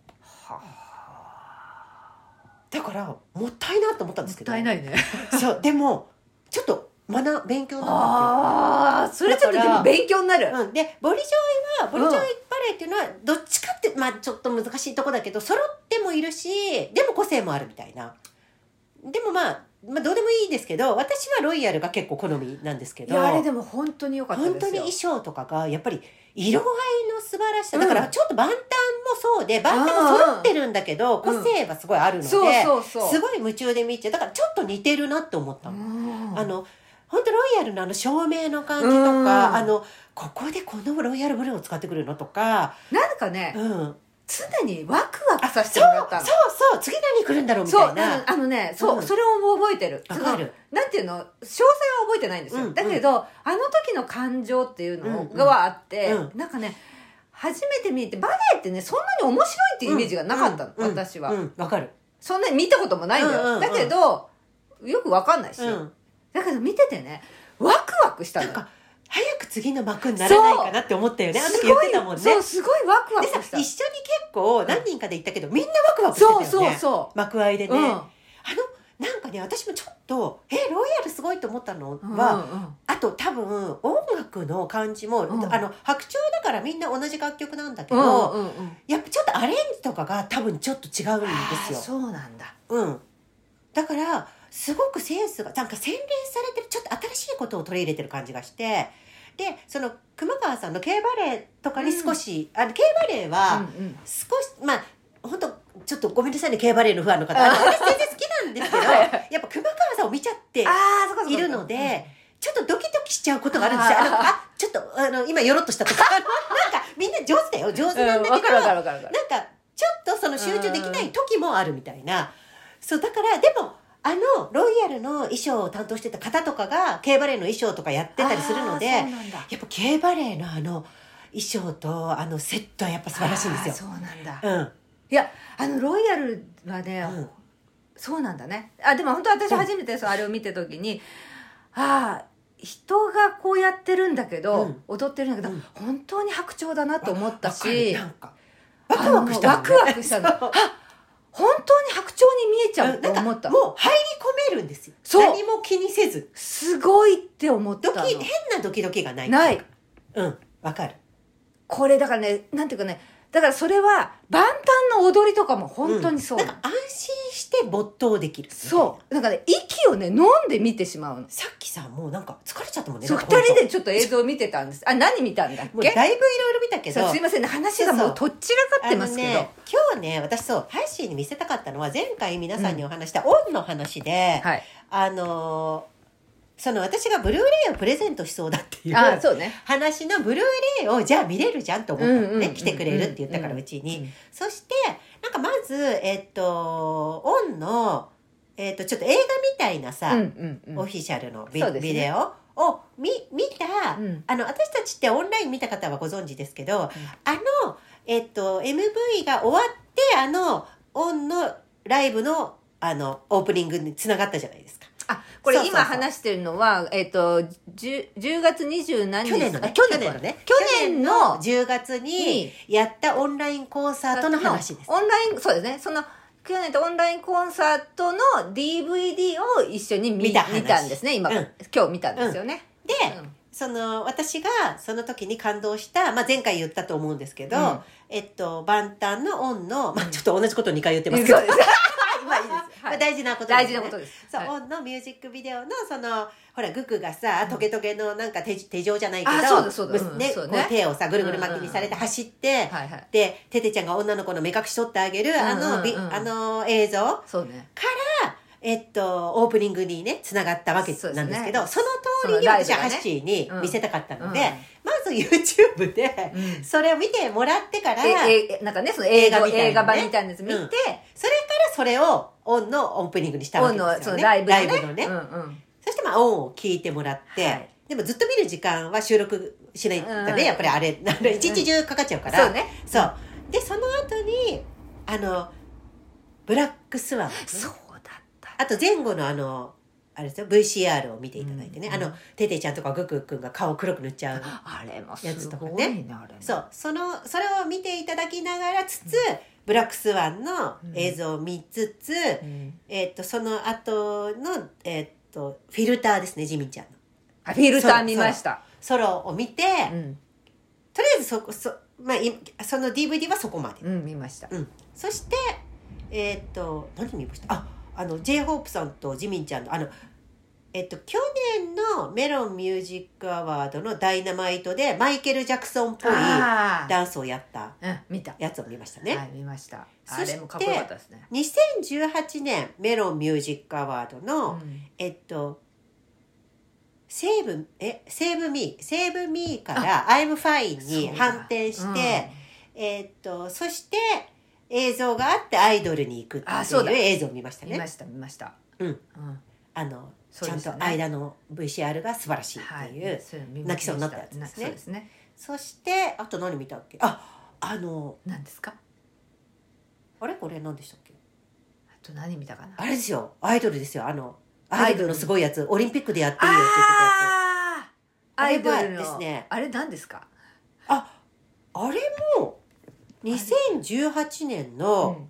Speaker 1: だからもったいなと思ったん
Speaker 2: も
Speaker 1: で
Speaker 2: っ
Speaker 1: すけど
Speaker 2: たいないね
Speaker 1: そうでもちょっと学勉強なんだ
Speaker 2: ああそれちょっと
Speaker 1: だ
Speaker 2: で
Speaker 1: から
Speaker 2: も勉強になる
Speaker 1: っていう、うん、でボリジョイはボリジョイバレーっていうのはどっちかってまあちょっと難しいとこだけど揃ってもいるしでも個性もあるみたいなでもまあまあどうでもいいですけど私はロイヤルが結構好みなんですけ
Speaker 2: い
Speaker 1: ど
Speaker 2: やあれでも本当に良かったですよ
Speaker 1: 本当に衣
Speaker 2: 緒
Speaker 1: 装とかがやっぱり色合いの素晴らしさ、
Speaker 2: うん
Speaker 1: だからちょっと万端もそうで万端も揃ってるんだけど、
Speaker 2: うん
Speaker 1: 個性はすごいあるので、
Speaker 2: そうそうそう
Speaker 1: すごい夢中で見てだからちょっと似てるなって思ったの。
Speaker 2: うん
Speaker 1: あの本当ロイヤルのあの照明の感じとか、
Speaker 2: うん
Speaker 1: あのここでこのロイヤルブルーを使ってくるのとか、
Speaker 2: なんかね
Speaker 1: うん、
Speaker 2: 常にワクワクさせて
Speaker 1: そう
Speaker 2: もらった
Speaker 1: そうそ
Speaker 2: の
Speaker 1: う次何来るんだろうみ
Speaker 2: そう
Speaker 1: た
Speaker 2: あ
Speaker 1: いな
Speaker 2: のあのねそう、
Speaker 1: うん
Speaker 2: それを覚えてる
Speaker 1: わかる
Speaker 2: そのなんていうの詳細は覚えてないんですよ、
Speaker 1: うん
Speaker 2: だけど、あの時の感情っていう
Speaker 1: う
Speaker 2: の
Speaker 1: んうん
Speaker 2: がはあって、
Speaker 1: う
Speaker 2: なんかね初めて見てバレエってねそんなに面白いっていうイメージがなかったの、
Speaker 1: うんうん
Speaker 2: 私は、
Speaker 1: うんわかる、
Speaker 2: そんなに見たこともないんだよ、
Speaker 1: うんうんうん
Speaker 2: だけどよくわかんないし、
Speaker 1: うん、
Speaker 2: だけど見ててねワクワクしたの
Speaker 1: なん
Speaker 2: よ
Speaker 1: か早く次の幕にならないかなって思ったよねあの時言ってたもんね
Speaker 2: そうすごいワクワ
Speaker 1: で
Speaker 2: ク
Speaker 1: さ
Speaker 2: した
Speaker 1: 一緒に結構何人かで行ったけど、みんなワクワクしてたよ
Speaker 2: そう
Speaker 1: ね
Speaker 2: そうそ
Speaker 1: 幕間で
Speaker 2: う、
Speaker 1: ね、
Speaker 2: うん
Speaker 1: あのなんかね私もちょっとえロイヤルすごいと思ったのは、
Speaker 2: は、
Speaker 1: あと多分音楽の感じも、
Speaker 2: うん
Speaker 1: あの白鳥だからみんな同じ楽曲なんだけ
Speaker 2: うんうん
Speaker 1: ど、
Speaker 2: うんうんうん
Speaker 1: やっぱちょっとアレンジとかが多分ちょっと違うんです
Speaker 2: あー
Speaker 1: よ。
Speaker 2: そうなんだ
Speaker 1: うん、だからすごくセンスがなんか洗練されてるちょっと新しいことを取り入れてる感じがしてでその熊川さんの K バレエとかに少し、あの K バレエは、
Speaker 2: うんうん
Speaker 1: 少しまあ本当ちょっとごめんなさいね K バレエのファンの方私全然好きなんですけど
Speaker 2: はい
Speaker 1: やっぱ熊川さんを見ちゃって
Speaker 2: あーそこそこ
Speaker 1: いるので、ちょっとドキドキしちゃうことがあるんですよあのあちょっとあの今よろっとしたとかなんかみんな上手だよ上手なんだけど、
Speaker 2: わかるわかるわかるわかる
Speaker 1: なんかちょっとその集中できない時もあるみたいな、そうだからでもあのロイヤルの衣装を担当してた方とかが K バレエの衣装とかやってたりするので
Speaker 2: あーそう
Speaker 1: や
Speaker 2: なんだ
Speaker 1: っぱ K バレエのあの衣装とあのセットはやっぱ素晴らしいんですよ。
Speaker 2: あーそうなんだ、
Speaker 1: うん、
Speaker 2: いやあのロイヤルはね、
Speaker 1: うん
Speaker 2: そうなんだねあでも本当私初めてそうあれを見た時にああ人がこうやってるんだけど、
Speaker 1: うん
Speaker 2: 踊ってるんだけど、
Speaker 1: うん
Speaker 2: 本当に白鳥だなと思ったし
Speaker 1: わかるなんかワクワクした
Speaker 2: あのワ
Speaker 1: もん
Speaker 2: クワクし たの
Speaker 1: そう
Speaker 2: 本当に白鳥に見えちゃう
Speaker 1: うん
Speaker 2: と
Speaker 1: なんか
Speaker 2: 思った
Speaker 1: もう入り込めるんですよ
Speaker 2: そう
Speaker 1: 何も気にせず
Speaker 2: すごいって思っ
Speaker 1: ド
Speaker 2: た
Speaker 1: キ
Speaker 2: の
Speaker 1: 変なドキドキがない
Speaker 2: ない
Speaker 1: うんわかる
Speaker 2: これだからねなんていうかねだからそれは万端の踊りとかも本当にそうな
Speaker 1: なん
Speaker 2: の、
Speaker 1: か安心して没頭できるみたいな
Speaker 2: そうなんかね息をね飲んで見てしまうの
Speaker 1: さっきさもうなんか疲れちゃったもんね
Speaker 2: そう
Speaker 1: なん
Speaker 2: 二
Speaker 1: か
Speaker 2: 人でちょっと映像を見てたんですあ何見たんだっ
Speaker 1: もうだい
Speaker 2: け
Speaker 1: ぶいろいろ見たけど
Speaker 2: そうすいませんね話がもうとっちらかってますけど、
Speaker 1: あのね、今日ね私そうハッシーに見せたかったのは前回皆さんにお話したオンの話で、
Speaker 2: はい
Speaker 1: あのーその私がブルーレイをプレゼントしそうだっていう
Speaker 2: あそうね
Speaker 1: 話のブルーレイをじゃあ見れるじゃんと思ったのね、
Speaker 2: うんうんうんうん
Speaker 1: 来てくれるって言ったからうちに、
Speaker 2: うんうん
Speaker 1: そしてなんかまずえっとオンの、えっと、ちょっと映画みたいなさ、
Speaker 2: うんうんう
Speaker 1: オ
Speaker 2: ん
Speaker 1: フィシャルのビ,、
Speaker 2: そうですね
Speaker 1: ビデオを見見た、
Speaker 2: うん
Speaker 1: あの私たちってオンライン見た方はご存知ですけど、あの、えっと、MV が終わってあのオンのライブのあのオープニングにつながったじゃないですか。
Speaker 2: あこれ
Speaker 1: そうそう
Speaker 2: 今
Speaker 1: そう
Speaker 2: 話してるのはえっ、と 10, 10月2何日
Speaker 1: 去年のね
Speaker 2: あ去年のね去年の
Speaker 1: 10月にやったオンラインコンサートの話です。
Speaker 2: オンラインそうですねその去年とオンラインコンサートの DVD を一緒に見
Speaker 1: 見た話
Speaker 2: 見たんですね今、
Speaker 1: うん
Speaker 2: 今日見たんですよね、
Speaker 1: で、
Speaker 2: うん
Speaker 1: その私がその時に感動した、まあ、前回言ったと思うんですけど、
Speaker 2: うん
Speaker 1: えっと万端のオンの、まあ、ちょっと同じこと2回言って
Speaker 2: そ
Speaker 1: ます
Speaker 2: うで
Speaker 1: け
Speaker 2: す
Speaker 1: ど、
Speaker 2: まあいいです、
Speaker 1: ま
Speaker 2: は
Speaker 1: あ
Speaker 2: い、
Speaker 1: 大事なことですね
Speaker 2: 大事なことです
Speaker 1: そう、
Speaker 2: はい
Speaker 1: オンのミュージックビデオのそのほらグクがさトゲトゲのなんか手手錠じゃないけど
Speaker 2: あそうだそうだうん
Speaker 1: ね
Speaker 2: そう
Speaker 1: こ
Speaker 2: ね
Speaker 1: う手をさぐるぐる巻きにされて走って、
Speaker 2: はいはい
Speaker 1: でテテちゃんが女の子の目隠し取ってあげる、あ
Speaker 2: うんうんうん
Speaker 1: のびあの映像
Speaker 2: そうね
Speaker 1: えっと、オープニングにね、つながったわけ
Speaker 2: そうで
Speaker 1: な
Speaker 2: すね
Speaker 1: んですけど、そ,、の通りに
Speaker 2: そのライ
Speaker 1: 私
Speaker 2: ブが
Speaker 1: は
Speaker 2: ね
Speaker 1: ハッシーに
Speaker 2: うん
Speaker 1: 見せたかったので、
Speaker 2: うん
Speaker 1: まず YouTube で、
Speaker 2: うん
Speaker 1: それを見てもらってから、
Speaker 2: ええなんかねその映画
Speaker 1: 映画みたいなね
Speaker 2: 映画版みたいなやつ見て、
Speaker 1: うんそれからそれをオンのオープニングにしたわ
Speaker 2: オ
Speaker 1: け
Speaker 2: ン
Speaker 1: で
Speaker 2: の
Speaker 1: すよ
Speaker 2: その
Speaker 1: ね。
Speaker 2: ライブのね
Speaker 1: のね。
Speaker 2: うんうん
Speaker 1: そしてまあオンを聞いてもらって、
Speaker 2: はい
Speaker 1: でもずっと見る時間は収録しないんだね、
Speaker 2: うん
Speaker 1: やっぱりあれ、あの一日中かかっちゃうから。
Speaker 2: そうね
Speaker 1: そうで、その後に、あの、ブラックスワン、
Speaker 2: そうだった
Speaker 1: あと前後のあの、あれですよ、VCR を見ていただいてね、
Speaker 2: うん
Speaker 1: あの、ててちゃんとかぐくくんが顔を黒く塗っちゃう。
Speaker 2: あれも
Speaker 1: や
Speaker 2: す
Speaker 1: つとか
Speaker 2: ごい
Speaker 1: ね
Speaker 2: ねあれも
Speaker 1: そう、その、それを見ていただきながらつつ、ブラックスワンの映像を見つつ、
Speaker 2: うん
Speaker 1: えっと、その後の、えっと、フィルターですね、ジミンちゃんの。
Speaker 2: あフィルター見ました
Speaker 1: ソロを見て、
Speaker 2: うん
Speaker 1: とりあえずそこ、そ、まあ、いその DVD はそこまで。
Speaker 2: うん見ました
Speaker 1: うん。そして、えっと、何見ましたあ、あの、J-HOPE さんとジミンちゃんの、あの、えっと、去年のメロンミュージックアワードのダイナマイトでマイケル・ジャクソンっぽい
Speaker 2: あー
Speaker 1: ダンスをやった
Speaker 2: うん見た
Speaker 1: やつを見ましたね。
Speaker 2: はい見ましたあ
Speaker 1: そして
Speaker 2: れもかっこよかったですね
Speaker 1: 2018年メロンミュージックアワードの、
Speaker 2: うん
Speaker 1: えっと、セーブ、え、セーブミー、セーブミーからアイムファインに
Speaker 2: そうだ
Speaker 1: 反転して、えっと、そして映像があってアイドルに行くって
Speaker 2: あそうだ
Speaker 1: いう映像を見ました
Speaker 2: うん見ま
Speaker 1: ね。
Speaker 2: した見ました
Speaker 1: うん
Speaker 2: うん
Speaker 1: あの、
Speaker 2: そう
Speaker 1: ちゃ
Speaker 2: で
Speaker 1: ん
Speaker 2: すね
Speaker 1: と間の VCR が素晴らしいっていう。
Speaker 2: それ見ま
Speaker 1: 泣きそうになったやつですね
Speaker 2: そうですね
Speaker 1: そして、あと何見たっけあ、あの、
Speaker 2: 何ですか
Speaker 1: あれこれ何でしたっけ
Speaker 2: あと何見たかな
Speaker 1: あれですよ、アイドルですよ、あの、
Speaker 2: ア
Speaker 1: ア
Speaker 2: イ
Speaker 1: イ
Speaker 2: ド
Speaker 1: ド
Speaker 2: ル
Speaker 1: ルのすごいやつ、オリンピックでやっていいよって言ってたやつ。
Speaker 2: あーアイドルの
Speaker 1: あれはですね
Speaker 2: あれ何ですか
Speaker 1: あ、あれも、2018年の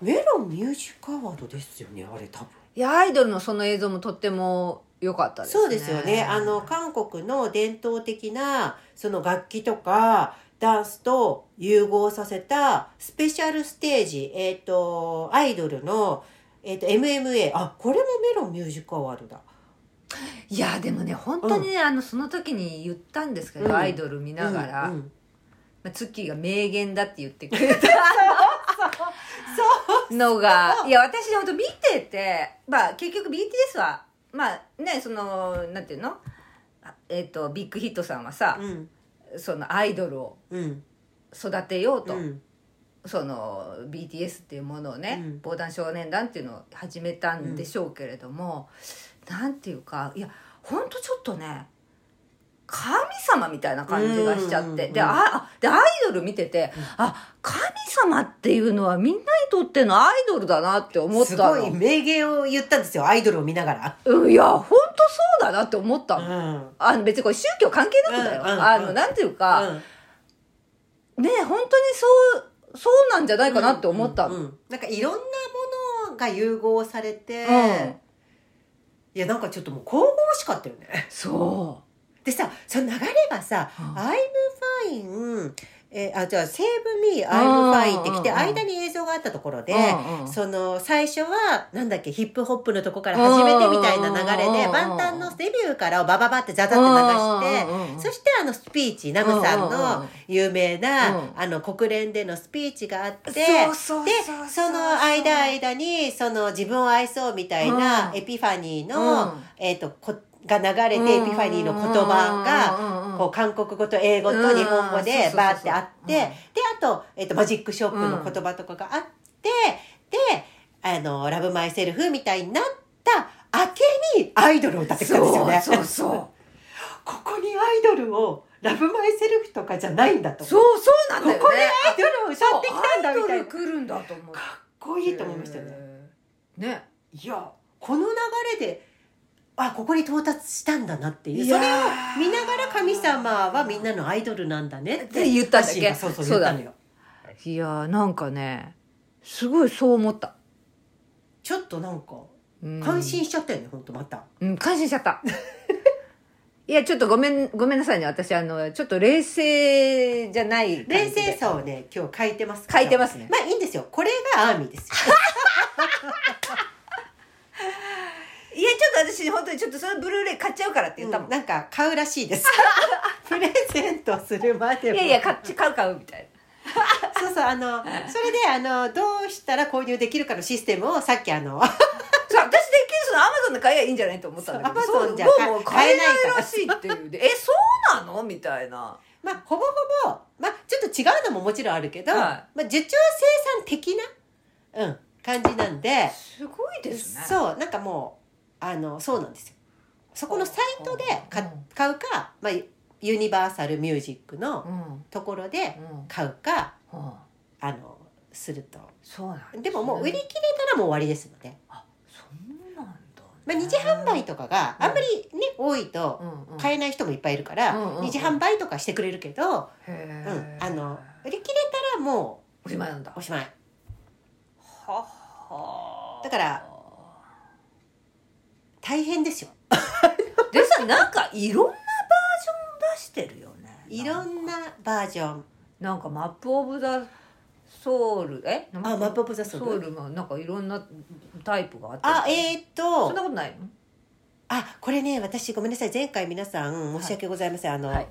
Speaker 1: メロンミュージックアワードですよね、あれ多分。
Speaker 2: いやアイドルのその映像もとっても良かったですね
Speaker 1: そうですよね。あの、韓国の伝統的な、その楽器とか、ダンスと融合させたスペシャルステージ、えっ、と、アイドルの、えっ、と、MMA。あ、これもメロンミュージックアワードだ。
Speaker 2: いやでもね本当にね、あのその時に言ったんですけど、
Speaker 1: うん
Speaker 2: アイドル見ながら、
Speaker 1: うんうん
Speaker 2: まあ、ツッキーが名言だって言って くれたのがいや私本当見てて、まあ、結局 BTS はまあねそのなんていうのあえっ、とビッグヒットさんはさ、
Speaker 1: うん。
Speaker 2: そのアイドルを
Speaker 1: うん。
Speaker 2: 育てよう
Speaker 1: う
Speaker 2: と、
Speaker 1: ん。
Speaker 2: その BTS っていうものをね、
Speaker 1: うん
Speaker 2: 防弾少年団っていうのを始めたんでしょうけれども、なんていうかいやほんとちょっとね神様みたいな感じがしちゃって、
Speaker 1: うんうんうん
Speaker 2: でああでアイドル見てて、あ神様っていうのはみんなにとってのアイドルだなって思っ
Speaker 1: す
Speaker 2: た
Speaker 1: ご
Speaker 2: の
Speaker 1: い名言を言ったんですよ、アイドルを見ながら。
Speaker 2: うんいやほんとそうだなって思った
Speaker 1: う
Speaker 2: の、
Speaker 1: ん。
Speaker 2: あの別にこれ宗教関係なくだよ、
Speaker 1: うんうんうん
Speaker 2: あのなんていうか、
Speaker 1: うん
Speaker 2: ね本当にそうそうなんじゃないかなって思ったの、
Speaker 1: うんうんなんかいろんなものが融合されて、
Speaker 2: うん
Speaker 1: いやなんかちょっともう神々しかったよね
Speaker 2: そう
Speaker 1: でさその流れがさ「
Speaker 2: あ
Speaker 1: I'm fine」えーあじゃあ「Save me I'm fine」ってきて
Speaker 2: うんうんうん
Speaker 1: 間に映像があったところで。
Speaker 2: うんうん
Speaker 1: その最初はなんだっけヒップホップのとこから始めてみたいな流れで
Speaker 2: うん
Speaker 1: 万端のデビューからをバババってザザって流してそしてあのスピーチナムさんの有名
Speaker 2: う
Speaker 1: なんあの国連でのスピーチがあってで
Speaker 2: そうそうそうそう
Speaker 1: その間間にその自分を愛そうみたいな
Speaker 2: うん
Speaker 1: エピファニー
Speaker 2: う
Speaker 1: の
Speaker 2: ん
Speaker 1: えーとこが流れてエピファニーの言葉が
Speaker 2: が
Speaker 1: こう韓国語と英語と日本語
Speaker 2: うんそうそう
Speaker 1: で
Speaker 2: そう
Speaker 1: バーってあって、
Speaker 2: うん
Speaker 1: であと,、えっとマジックショップの言葉とかがあって、であの「ラブマイセルフみたいになった明けにアイドルを歌ってきたんですよね。
Speaker 2: そうそうそう。
Speaker 1: ここにアイドルを「ラブマイセルフとかじゃないんだと。
Speaker 2: そうそうなんだよね。
Speaker 1: ここでアイドルを歌ってきたんだみ
Speaker 2: ア
Speaker 1: た
Speaker 2: イ
Speaker 1: いな。
Speaker 2: ドル
Speaker 1: か
Speaker 2: 来るんだと思う。
Speaker 1: っこいいと思いましたよね。
Speaker 2: ね。ね。
Speaker 1: いやこの流れであここに到達したんだなっていう
Speaker 2: い
Speaker 1: そ
Speaker 2: や
Speaker 1: れを
Speaker 2: ー
Speaker 1: 見ながら神様はみんなのアイドルなんだねっ
Speaker 2: って
Speaker 1: て
Speaker 2: 言ったんだっけ
Speaker 1: 歌詞がそうそう
Speaker 2: そ
Speaker 1: 言
Speaker 2: う
Speaker 1: っ
Speaker 2: だ
Speaker 1: たのよ。
Speaker 2: いやーなんかねすごいそう思った。
Speaker 1: ちょっとなんか
Speaker 2: うん
Speaker 1: 感心しちゃったよね、ほんとまた。
Speaker 2: うん、感心しちゃった。いや、ちょっとごめん、ごめんなさいね。私、あの、ちょっと冷静じゃない感
Speaker 1: 冷
Speaker 2: じで。
Speaker 1: 静さをね、今日書いてますから
Speaker 2: 書いてますね
Speaker 1: まあいいんですよ。これがアーミーですよ。
Speaker 2: いや、ちょっと私、本当にちょっとそのブルーレイ買っちゃうから って言ったもん。
Speaker 1: なんか買うらしい です。プレゼントするまで
Speaker 2: い
Speaker 1: も。
Speaker 2: やいや、買っち買う買うみたい
Speaker 1: そうそう、あ の、それで、あの、どうしたら購入できるかのシステムをさっきあの、
Speaker 2: な。そう、私できるそのアマゾンで買えばいいんじゃないと思ったんだけど。
Speaker 1: そう Amazon じゃ
Speaker 2: そうもうもう買
Speaker 1: 買
Speaker 2: え
Speaker 1: え
Speaker 2: な
Speaker 1: ないい
Speaker 2: らしいっていうで。え、そうなのみたいな。
Speaker 1: まあ、ほぼほぼ、まあ、ちょっと違うのももちろんあるけど、
Speaker 2: は
Speaker 1: まあ、受注生産的な、うん、感じなんで、
Speaker 2: すごいですね。
Speaker 1: そう、なんかもう、あの、そうなんですよ。そこのサイトで買,、
Speaker 2: うん
Speaker 1: 買うか、まあ、ユニバーサルミュージックの
Speaker 2: うん。うん。
Speaker 1: ところで
Speaker 2: うん。
Speaker 1: 買うか、
Speaker 2: はあ
Speaker 1: あの、すると。
Speaker 2: そうなんすね
Speaker 1: でももう売り切れたらもう終わりですので、
Speaker 2: あ、そうなんだ、
Speaker 1: まあ、二次販売とかが
Speaker 2: うん
Speaker 1: あんまりね、多いと
Speaker 2: うんうん、
Speaker 1: 買えない人もいっぱいいるから、
Speaker 2: うんうんうん
Speaker 1: 二次販売とかしてくれるけど、
Speaker 2: へ
Speaker 1: うん
Speaker 2: ー
Speaker 1: あの、売り切れたらも
Speaker 2: おしまいなんだ
Speaker 1: うお。しまい。
Speaker 2: はは
Speaker 1: だ から大変ですよ。
Speaker 2: でさなんかいろんなバージョン出してるよね
Speaker 1: いろんなバージョン。
Speaker 2: なんかマップ・オブ・ザ・ソウルえあ
Speaker 1: マップオブザソウル
Speaker 2: ソウルもなんかいろんなタイプがあって
Speaker 1: あ、えーっ
Speaker 2: そんな
Speaker 1: と、
Speaker 2: ことないの
Speaker 1: あ、これね、私ごめんなさい。前回皆さん申し訳ございません。あの、
Speaker 2: はい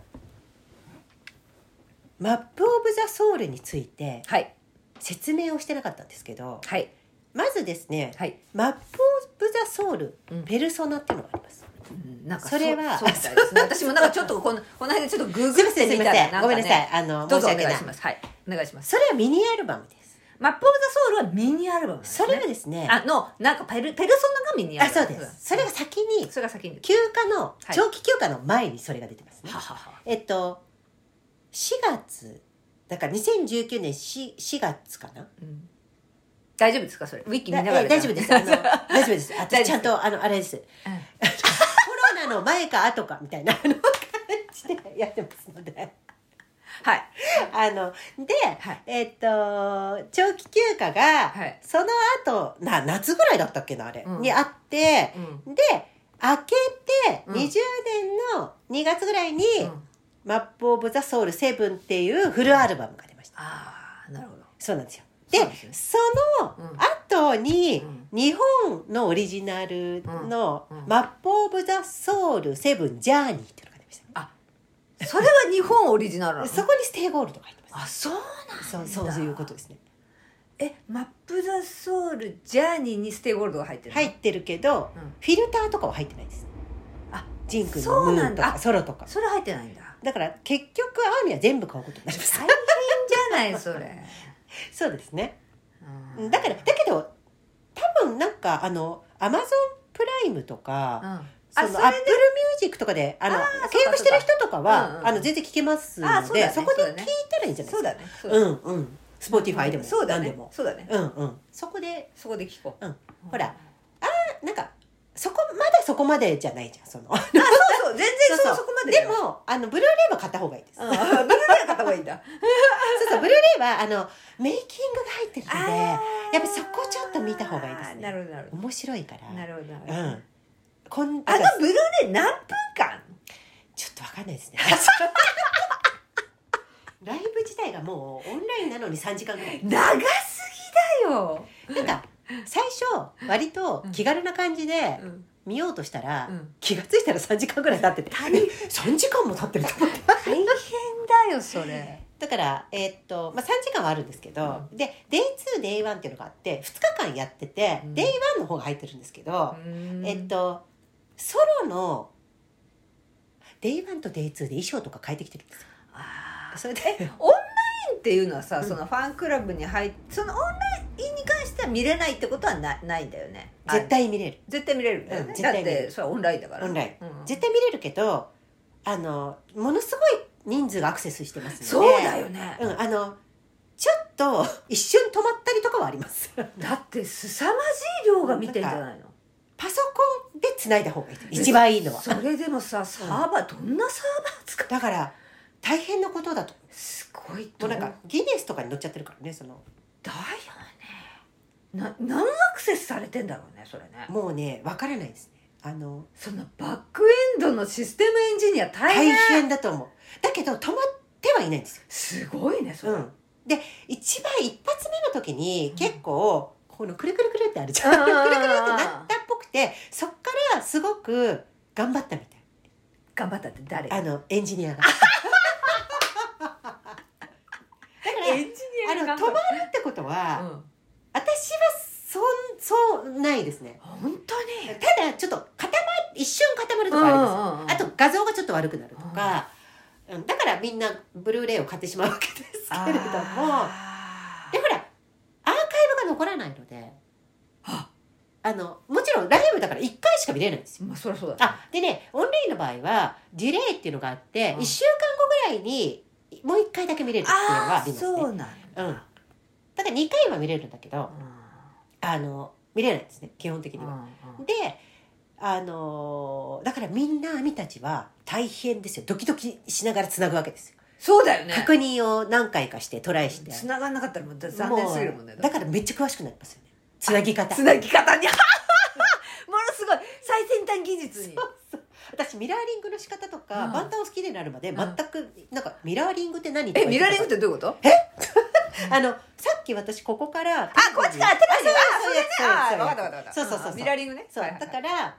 Speaker 1: マップオブザソウルについて
Speaker 2: はい
Speaker 1: 説明をしてなかったんですけど、
Speaker 2: はい
Speaker 1: まずですね、
Speaker 2: はい
Speaker 1: マップオブザソウル、
Speaker 2: うん
Speaker 1: ペルソナっていうのがあります。
Speaker 2: うんなんか
Speaker 1: それは
Speaker 2: そうみた いですね私もなんかちょっとこのこの間ちょっとググ
Speaker 1: すいま
Speaker 2: っ
Speaker 1: せ
Speaker 2: て
Speaker 1: ん、す
Speaker 2: み
Speaker 1: いま
Speaker 2: た
Speaker 1: せ
Speaker 2: ら
Speaker 1: ん。
Speaker 2: なん
Speaker 1: ごめ
Speaker 2: か
Speaker 1: ん
Speaker 2: ね
Speaker 1: なさい。あの、
Speaker 2: ど
Speaker 1: 申
Speaker 2: うぞ
Speaker 1: し
Speaker 2: お
Speaker 1: 訳
Speaker 2: 願
Speaker 1: ないい。
Speaker 2: しますはいお願いします
Speaker 1: それはミニアルバムです。
Speaker 2: マップ・オブ・ザ・ソウルはミニアルバムなんです
Speaker 1: そ
Speaker 2: ね
Speaker 1: れはですね、
Speaker 2: あのなんかペルペルソナがミニア
Speaker 1: あ、
Speaker 2: ルバ
Speaker 1: そ
Speaker 2: ム
Speaker 1: うです。それが先に、
Speaker 2: それが先に
Speaker 1: 休暇の、
Speaker 2: はい
Speaker 1: 長期休暇の前にそれが出てますね。
Speaker 2: ははは
Speaker 1: えっと、4月、だから2019年 4, 4月かな
Speaker 2: うん大丈夫ですかそれウィキ見なが
Speaker 1: だ
Speaker 2: ら
Speaker 1: え大丈夫です。あの大丈夫です。
Speaker 2: 大丈夫
Speaker 1: 私
Speaker 2: です
Speaker 1: ちゃんと、あの、あれです。
Speaker 2: う
Speaker 1: コロナの前か後かみたいなあの感じでやってますので。
Speaker 2: んはい
Speaker 1: あの、で、
Speaker 2: はい
Speaker 1: えっと、長期休暇が、
Speaker 2: はい
Speaker 1: その後、な、夏ぐらいだったっけな、あれ、
Speaker 2: うん
Speaker 1: にあって、
Speaker 2: うん
Speaker 1: で、明けて、
Speaker 2: う
Speaker 1: 20
Speaker 2: ん
Speaker 1: 年の2月ぐらいに、
Speaker 2: うん
Speaker 1: マップ・オブ・ザ・ソウル・セブンっていうフルアルバムが出ました。
Speaker 2: ああなるほど
Speaker 1: そうなんですよ。で、
Speaker 2: そ
Speaker 1: そう
Speaker 2: ですね
Speaker 1: の
Speaker 2: うん
Speaker 1: 後に、
Speaker 2: う
Speaker 1: 日本のオリジナルの、
Speaker 2: うんうん
Speaker 1: マップ・オブ・ザ・ソウル・セブン・ジャーニーっていうのが出ました。
Speaker 2: それは日本オリジナルなの
Speaker 1: そこにステイゴールドが入ってま
Speaker 2: あそうなん
Speaker 1: す。そう、そういうことですね。
Speaker 2: えマップ・ザ・ソウルジャーニーにステイゴールドが入ってるの
Speaker 1: 入ってるけど、
Speaker 2: うん
Speaker 1: フィルターとかは入ってないです
Speaker 2: あ
Speaker 1: ジン君のムーン
Speaker 2: そう
Speaker 1: と
Speaker 2: なんだ
Speaker 1: かソロとか
Speaker 2: それ入ってないんだ
Speaker 1: だから結局アーミーは全部買うことになります
Speaker 2: 大変じゃないそれ
Speaker 1: そうですね
Speaker 2: うん
Speaker 1: だからだけど多分なんかあのアマゾンプライムと
Speaker 2: う
Speaker 1: か、
Speaker 2: ん
Speaker 1: その
Speaker 2: それで
Speaker 1: アップルミュージックとかであの
Speaker 2: あーそうか
Speaker 1: 契約してる人とかは、
Speaker 2: そうかうんうん
Speaker 1: あの全然聞けますの
Speaker 2: あーそうだ
Speaker 1: で
Speaker 2: よね
Speaker 1: そこで
Speaker 2: そうだ
Speaker 1: 聞
Speaker 2: よ
Speaker 1: い
Speaker 2: ね
Speaker 1: たらいいんじゃないですか
Speaker 2: そうだねそう
Speaker 1: う
Speaker 2: だね
Speaker 1: んうんスポティファイでも
Speaker 2: そうだ
Speaker 1: 何で
Speaker 2: ね
Speaker 1: も
Speaker 2: そうだね
Speaker 1: うんうんそこで
Speaker 2: そこで聞こう
Speaker 1: うんほらなんかそこまだそこまでじゃないじゃんその
Speaker 2: そうそう全然そうそこまでじ
Speaker 1: で
Speaker 2: ゃない
Speaker 1: もあのブルーレイは買った方がいいです、
Speaker 2: うんブルーレイ買った方がいいん だ
Speaker 1: そうそうブルーレイはあのメイキングが入ってるのでやっぱそこちょっと見た方がいいですね
Speaker 2: なるほどなるほ
Speaker 1: 面白いから
Speaker 2: どなるほどなるほ
Speaker 1: う
Speaker 2: ど
Speaker 1: んこんだ
Speaker 2: あ
Speaker 1: から
Speaker 2: のブルーレイ何分間
Speaker 1: ちょっとわかんないですね。 ライブ自体がもうオンラインなのに3時間ぐらい。
Speaker 2: 長すぎだよ、
Speaker 1: なんか最初割と気軽な感じで
Speaker 2: うん
Speaker 1: 見ようとしたら、
Speaker 2: うん
Speaker 1: 気がついたら3時間ぐらい経ってて
Speaker 2: 大変
Speaker 1: 3時間も経ってると思って。
Speaker 2: 大変だよそれ
Speaker 1: だから、えーっとまあ、3時間はあるんですけど、で Day2Day1 っていうのがあって2日間やってて、
Speaker 2: うん
Speaker 1: Day1 の方が入ってるんですけど、えーっとソロの Day1 と Day2 で衣装とか変えてきてるんですよ
Speaker 2: あ
Speaker 1: それで
Speaker 2: ーっていうのはさ、
Speaker 1: うん
Speaker 2: そのファンクラブに入っそのオンラインに関しては見れないってことはなないんだよね
Speaker 1: 絶
Speaker 2: あ
Speaker 1: 対見れる
Speaker 2: 絶対見れるんだよね、
Speaker 1: うん絶
Speaker 2: だっ
Speaker 1: 対見れる
Speaker 2: てそれはオンラインだから
Speaker 1: オンライ
Speaker 2: ン、うん
Speaker 1: 絶対見れるけどあのものすごい人数がアクセスしてますので
Speaker 2: そうだよね、
Speaker 1: うん、あのちょっと 一瞬止まったりとかはあります
Speaker 2: だって凄まじい量が見てんじゃないの
Speaker 1: パソコンで繋いだ方がいい一番いいのは
Speaker 2: それでもさサーバーどんなサーバー使う
Speaker 1: だから大変なことだと
Speaker 2: すごい
Speaker 1: も
Speaker 2: と
Speaker 1: うなんかギネスとかに載っちゃってるからねその
Speaker 2: だよねな何アクセスされてんだろうねそれね
Speaker 1: もうねわからないですねあの
Speaker 2: そのバックエンドのシステムエンジニア
Speaker 1: 大
Speaker 2: 大変
Speaker 1: 変だと思うだけど止まってはいないんですよ
Speaker 2: すごいねそ れ、
Speaker 1: うん、で一番一発目の時に結構、このくるくるくるってあるじゃん
Speaker 2: うん
Speaker 1: くるくるくるってなったっぽくてそっからすごく頑張ったみ
Speaker 2: 頑張ったって誰
Speaker 1: たいあのエンジニアが。だから
Speaker 2: エンジ
Speaker 1: あ
Speaker 2: ニア
Speaker 1: の
Speaker 2: が
Speaker 1: 止まるってことは、
Speaker 2: うん
Speaker 1: 私はそんそうないですね
Speaker 2: 本当に
Speaker 1: ただちょっと固ま一瞬固まるとかあります、あと画像がちょっと悪くなるとか、うん、だからみんなブルーレイを買ってしまうわけですけれども
Speaker 2: あ
Speaker 1: でほらアーカイブが残らないので
Speaker 2: あ
Speaker 1: あのもちろんライブだから1回しか見れないんですよ
Speaker 2: ーまあそりゃそうだね
Speaker 1: あでねオンラインの場合はディレイっていうのがあって、
Speaker 2: うん
Speaker 1: 1週間後ぐらいにもう1回だけ見れるっていうのがあ
Speaker 2: あ
Speaker 1: り
Speaker 2: ー
Speaker 1: ますね
Speaker 2: そうなんだ、
Speaker 1: うんだから2回は見れるんだけどあの見れないですね基本的
Speaker 2: うん
Speaker 1: には、
Speaker 2: うん
Speaker 1: であのーだからみんな網たちは大変ですよドキドキしながらつなぐわけですよ、
Speaker 2: そうだよね
Speaker 1: 確認を何回かしてトライして
Speaker 2: 繋がんなかったらもうだ残念すぎるもんね
Speaker 1: うだからめっちゃ詳しくなりますよねつなぎ方
Speaker 2: つなぎ方に ものすごい最先端技術に
Speaker 1: 私ミラーリングの仕方とか、
Speaker 2: うん
Speaker 1: バンタンを好きになるまで
Speaker 2: うん
Speaker 1: 全くなんかミラーリングって何
Speaker 2: えミラーリングっててどういうこと
Speaker 1: あのさっき私ここからあ
Speaker 2: あこっちから手が
Speaker 1: そう
Speaker 2: それ
Speaker 1: や
Speaker 2: ね
Speaker 1: そうや
Speaker 2: あ
Speaker 1: そ
Speaker 2: ー
Speaker 1: うや
Speaker 2: わかったわかったわかった
Speaker 1: そうそうそうそうん
Speaker 2: ミラーリングね
Speaker 1: そう
Speaker 2: はいはいは
Speaker 1: だ
Speaker 2: い
Speaker 1: から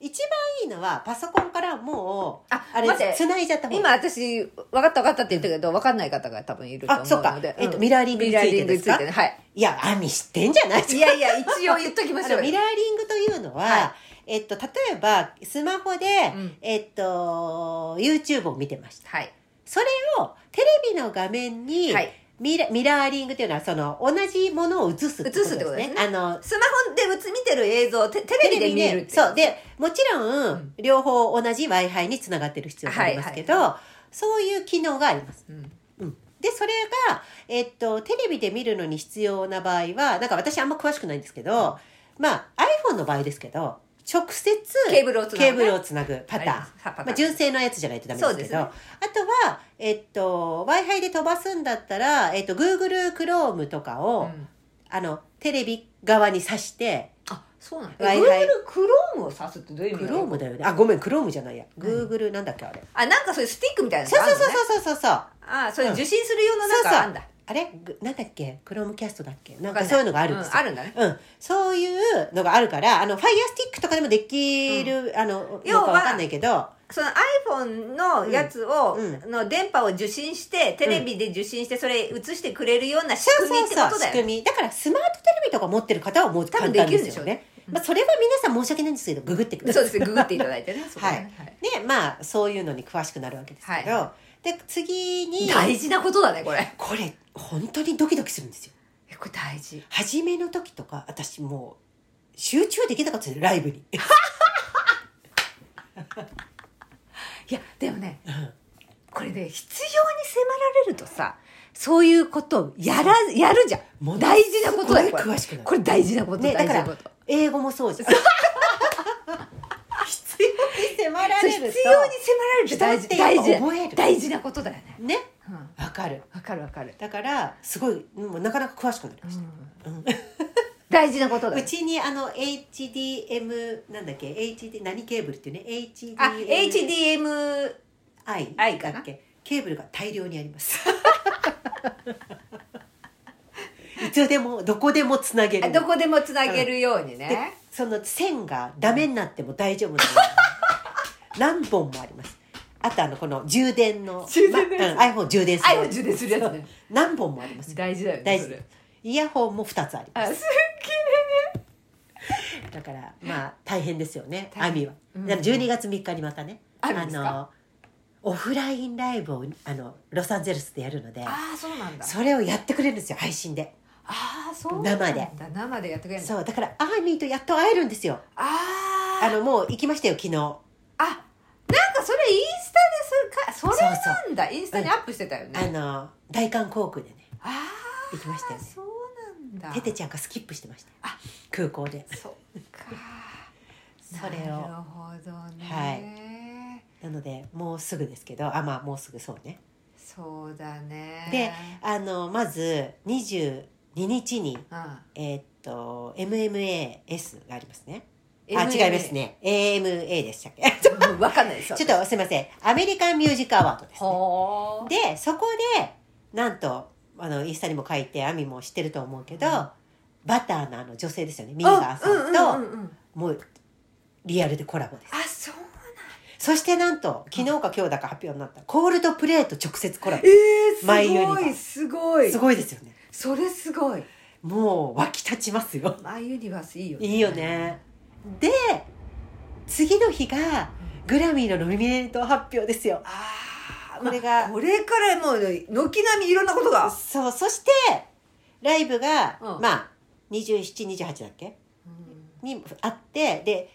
Speaker 1: 一番いいのはパソコンからもう
Speaker 2: あ
Speaker 1: あれ
Speaker 2: 待って
Speaker 1: 繋いじゃった方が
Speaker 2: 今私分かった分かったって言ったけど分かんない方が多分いると思う
Speaker 1: あそうか
Speaker 2: ので
Speaker 1: えっと
Speaker 2: うん
Speaker 1: ミラーリングに
Speaker 2: ミ
Speaker 1: つ
Speaker 2: ラ
Speaker 1: い
Speaker 2: ー
Speaker 1: て
Speaker 2: リン
Speaker 1: で
Speaker 2: グに
Speaker 1: す
Speaker 2: つい
Speaker 1: か
Speaker 2: てねはい
Speaker 1: いや網知ってんじゃない
Speaker 2: いやいや一応言っときましょ
Speaker 1: あの
Speaker 2: う
Speaker 1: ミ
Speaker 2: よ
Speaker 1: ラーリングというのは、
Speaker 2: は
Speaker 1: えっと、例えばスマホで、
Speaker 2: うん
Speaker 1: えっと YouTube を見てました
Speaker 2: はい
Speaker 1: それをテレビの画面に、
Speaker 2: はい
Speaker 1: ミラミラーリングというのはその同じものを映す
Speaker 2: 映すってことですね
Speaker 1: あの
Speaker 2: スマホでうつ見てる映像をテテレビで見るってい
Speaker 1: そうでもちろん、
Speaker 2: うん
Speaker 1: 両方同じ w i f i につながってる必要がありますけど、
Speaker 2: はい
Speaker 1: そういう機能があります。
Speaker 2: うん
Speaker 1: うんでそれが、えっと、テレビで見るのに必要な場合はなんか私あんま詳しくないんですけど、まあ、iPhone の場合ですけど直接
Speaker 2: ケーブルをつなぐね
Speaker 1: ケーブルをつなぐパターン。
Speaker 2: パターン
Speaker 1: まあ、純正のやつじゃないとダメですけど
Speaker 2: そう
Speaker 1: あとは、えっと、w i f i で飛ばすんだったら、えっと、Google Chrome とかを、
Speaker 2: うん
Speaker 1: あのテレビ側に挿して
Speaker 2: あそうなん
Speaker 1: Wi-Fi
Speaker 2: Google クロームを指すってどういう意味なの
Speaker 1: Chrome だよねあごめん Chrome じゃないや
Speaker 2: 何
Speaker 1: Google なんだっけあれ
Speaker 2: あなんかそういうスティックみたいな
Speaker 1: そう
Speaker 2: のがあ
Speaker 1: そ
Speaker 2: る
Speaker 1: う
Speaker 2: のね
Speaker 1: そうそうそうそう
Speaker 2: あそういう受信する用のなんかあんだ
Speaker 1: あれぐなんだっけ Chromecast だっけなんか
Speaker 2: わかんない
Speaker 1: そういうのがあるんです
Speaker 2: う
Speaker 1: よ
Speaker 2: あるんだね
Speaker 1: うん、そういうのがあるからあの FireStick とかでもできる、あの
Speaker 2: 要は
Speaker 1: のかわかんないけど
Speaker 2: その iPhone のやつを、
Speaker 1: うんう
Speaker 2: の電波を受信してテレビで受信してそれ映してくれるような仕
Speaker 1: そう
Speaker 2: 組
Speaker 1: そう
Speaker 2: みって
Speaker 1: そ
Speaker 2: こ
Speaker 1: う
Speaker 2: と
Speaker 1: 仕
Speaker 2: だよね
Speaker 1: 組みだからスマートテレビとか持ってる方はもう簡単ですよ
Speaker 2: 多分できるんでしょう
Speaker 1: ね、まあ、それは皆さん申し訳ないんですけどググってくださ
Speaker 2: そ
Speaker 1: いう
Speaker 2: ですねググっていただいてねそこね
Speaker 1: はいねまあそういうのに詳しくなるわけですけど、
Speaker 2: は
Speaker 1: で次に
Speaker 2: 大事なことだねこれ
Speaker 1: これ本当にドキドキするんですよ
Speaker 2: えこれ大事
Speaker 1: 初めの時とか私もう集中できなかったですよライブに
Speaker 2: いやでもね
Speaker 1: うん
Speaker 2: これね必要に迫られるとさそういうことをやらやるじゃ
Speaker 1: も
Speaker 2: ん
Speaker 1: う
Speaker 2: 大事なことだよこ
Speaker 1: すごい
Speaker 2: れ
Speaker 1: 詳しくなる
Speaker 2: これ大事なこと、
Speaker 1: ね
Speaker 2: 大
Speaker 1: だか
Speaker 2: 事な
Speaker 1: ら
Speaker 2: こと
Speaker 1: 英語もそうじ ゃん必要に迫ら
Speaker 2: そう
Speaker 1: れ
Speaker 2: 必要
Speaker 1: る
Speaker 2: に
Speaker 1: と
Speaker 2: 迫られると大事
Speaker 1: 人って
Speaker 2: 大
Speaker 1: やっぱ
Speaker 2: 事
Speaker 1: 覚える
Speaker 2: 大事なことだよね
Speaker 1: ね
Speaker 2: うん
Speaker 1: わかる
Speaker 2: わかるわかる、
Speaker 1: だからすごいもうなかなか詳しくなりまし
Speaker 2: うん
Speaker 1: うん
Speaker 2: 大事なこと
Speaker 1: た、
Speaker 2: だ
Speaker 1: う
Speaker 2: よ
Speaker 1: ちにあの HDM なんだっけ HD 何ケーブルっていうね HDM
Speaker 2: あ HDMI
Speaker 1: 愛
Speaker 2: 愛かな
Speaker 1: だっけケーブルが大量にあります いつでもどこでもつなげ
Speaker 2: あ
Speaker 1: る
Speaker 2: どこでもつなげるようにね、
Speaker 1: その線がダメになっても大 丈夫なの何本もありますあとあのこの充電の
Speaker 2: 充電の
Speaker 1: ま
Speaker 2: やつ
Speaker 1: うん iPhone 充電する
Speaker 2: 愛を充電するやつね
Speaker 1: 何本もあります
Speaker 2: 大事だよね
Speaker 1: 大事
Speaker 2: それ
Speaker 1: イヤホンも2つありま
Speaker 2: あ
Speaker 1: す
Speaker 2: すっ
Speaker 1: だからまあ大変ですよね
Speaker 2: 大変
Speaker 1: 網は、
Speaker 2: うん
Speaker 1: だから12月3日にまたね
Speaker 2: あるんですか
Speaker 1: のオフラインライブをあのロサンゼルスでやるので
Speaker 2: ああそうなんだ
Speaker 1: それをやってくれるんですよ配信で
Speaker 2: ああそうなんだ
Speaker 1: 生で
Speaker 2: 生でやってくれるの
Speaker 1: そうだからアーミーとやっと会えるんですよ
Speaker 2: ああ
Speaker 1: あのもう行きましたよ昨日
Speaker 2: あなんかそれインスタですかそれなんだインスタにアップしてたよね、
Speaker 1: あの大韓航空でね
Speaker 2: あ
Speaker 1: 行きましたよ
Speaker 2: あ
Speaker 1: ね
Speaker 2: そうなんだ
Speaker 1: ててちゃんがスキップしてました
Speaker 2: あ
Speaker 1: 空港で
Speaker 2: そっか
Speaker 1: それ
Speaker 2: な
Speaker 1: を
Speaker 2: るほどね、
Speaker 1: なのでもうすぐですけどあまあもうすぐそうね
Speaker 2: そうだね
Speaker 1: であのまず22日に
Speaker 2: あ
Speaker 1: えーっと MMAS がありますね
Speaker 2: 違
Speaker 1: あ違いますね AMA でしたっ け
Speaker 2: 分かんないです
Speaker 1: ちょっとすいませんアメリカンミュージックアワードです、ね、
Speaker 2: ほー
Speaker 1: でそこでなんとあのインスタにも書いてアミも知ってると思うけど、
Speaker 2: うん
Speaker 1: バターのあの女性ですよねミーガーさんと、
Speaker 2: あ,、うんうんうんうん、
Speaker 1: もうリアルでコラボです
Speaker 2: あそう
Speaker 1: そしてなんと昨日か今日だか発表になった、コールドプレイと直接コラボ
Speaker 2: えー、す
Speaker 1: マイユニバ
Speaker 2: ごいすごい
Speaker 1: すごいですよね
Speaker 2: それすごい
Speaker 1: もう沸き立ちますよ
Speaker 2: マイユニバースいいよね
Speaker 1: いいよねで次の日がグラミーのノミネート発表ですよ
Speaker 2: ああ
Speaker 1: これが
Speaker 2: これからもう軒並みいろんなことが、
Speaker 1: そうそしてライブが、
Speaker 2: うん
Speaker 1: まあ2728だっけにあってで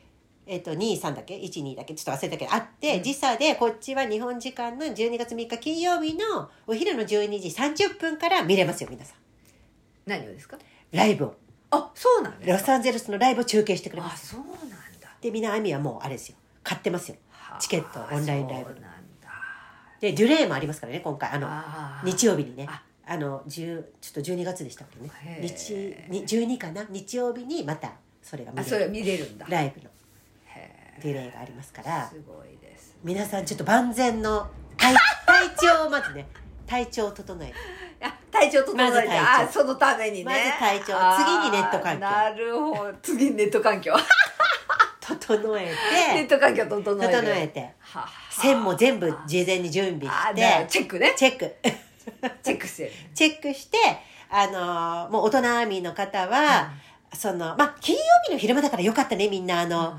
Speaker 1: えっと23だっけ12だっけちょっと忘れたけどあって、
Speaker 2: うん
Speaker 1: 時差でこっちは日本時間の12月3日金曜日のお昼の12時30分から見れますよ皆さん
Speaker 2: 何をですか
Speaker 1: ライブを
Speaker 2: あそうなんで
Speaker 1: ロ
Speaker 2: すか
Speaker 1: サンゼルスのライブを中継してくれま
Speaker 2: あ
Speaker 1: す
Speaker 2: そうなんだ
Speaker 1: でみんなアミはもうあれですよ買ってますよチケットオンラインライブ
Speaker 2: そうなんだ
Speaker 1: でデュレイもありますからね今回あの
Speaker 2: あー
Speaker 1: 日曜日にね
Speaker 2: あ
Speaker 1: あの10ちょっと12月でしたっけね
Speaker 2: へー
Speaker 1: 日に12かな日曜日にまたそれが見
Speaker 2: あ
Speaker 1: れ
Speaker 2: それ
Speaker 1: る
Speaker 2: 見れるんだ
Speaker 1: ライブの
Speaker 2: へ
Speaker 1: デュレイがありますか
Speaker 2: ー
Speaker 1: ら
Speaker 2: すごいです
Speaker 1: 皆さんちょっと万全の体体調をまずね体調を整えて
Speaker 2: あ体調整
Speaker 1: まず体
Speaker 2: えて、
Speaker 1: 調
Speaker 2: あそのためにね
Speaker 1: まず体調
Speaker 2: あー
Speaker 1: 次にネット環境
Speaker 2: なるほど次にネット環境
Speaker 1: 整え
Speaker 2: ネッ
Speaker 1: て
Speaker 2: ト環境整える
Speaker 1: 整えて
Speaker 2: はは
Speaker 1: 線も全部事前に準備
Speaker 2: あ
Speaker 1: し
Speaker 2: なるほ
Speaker 1: て
Speaker 2: どチェックね
Speaker 1: チェック
Speaker 2: チェックしてる
Speaker 1: チェックしてあのーもう大人アーミーの方は、そのまあ金曜日の昼間だからよかったねみんなあの、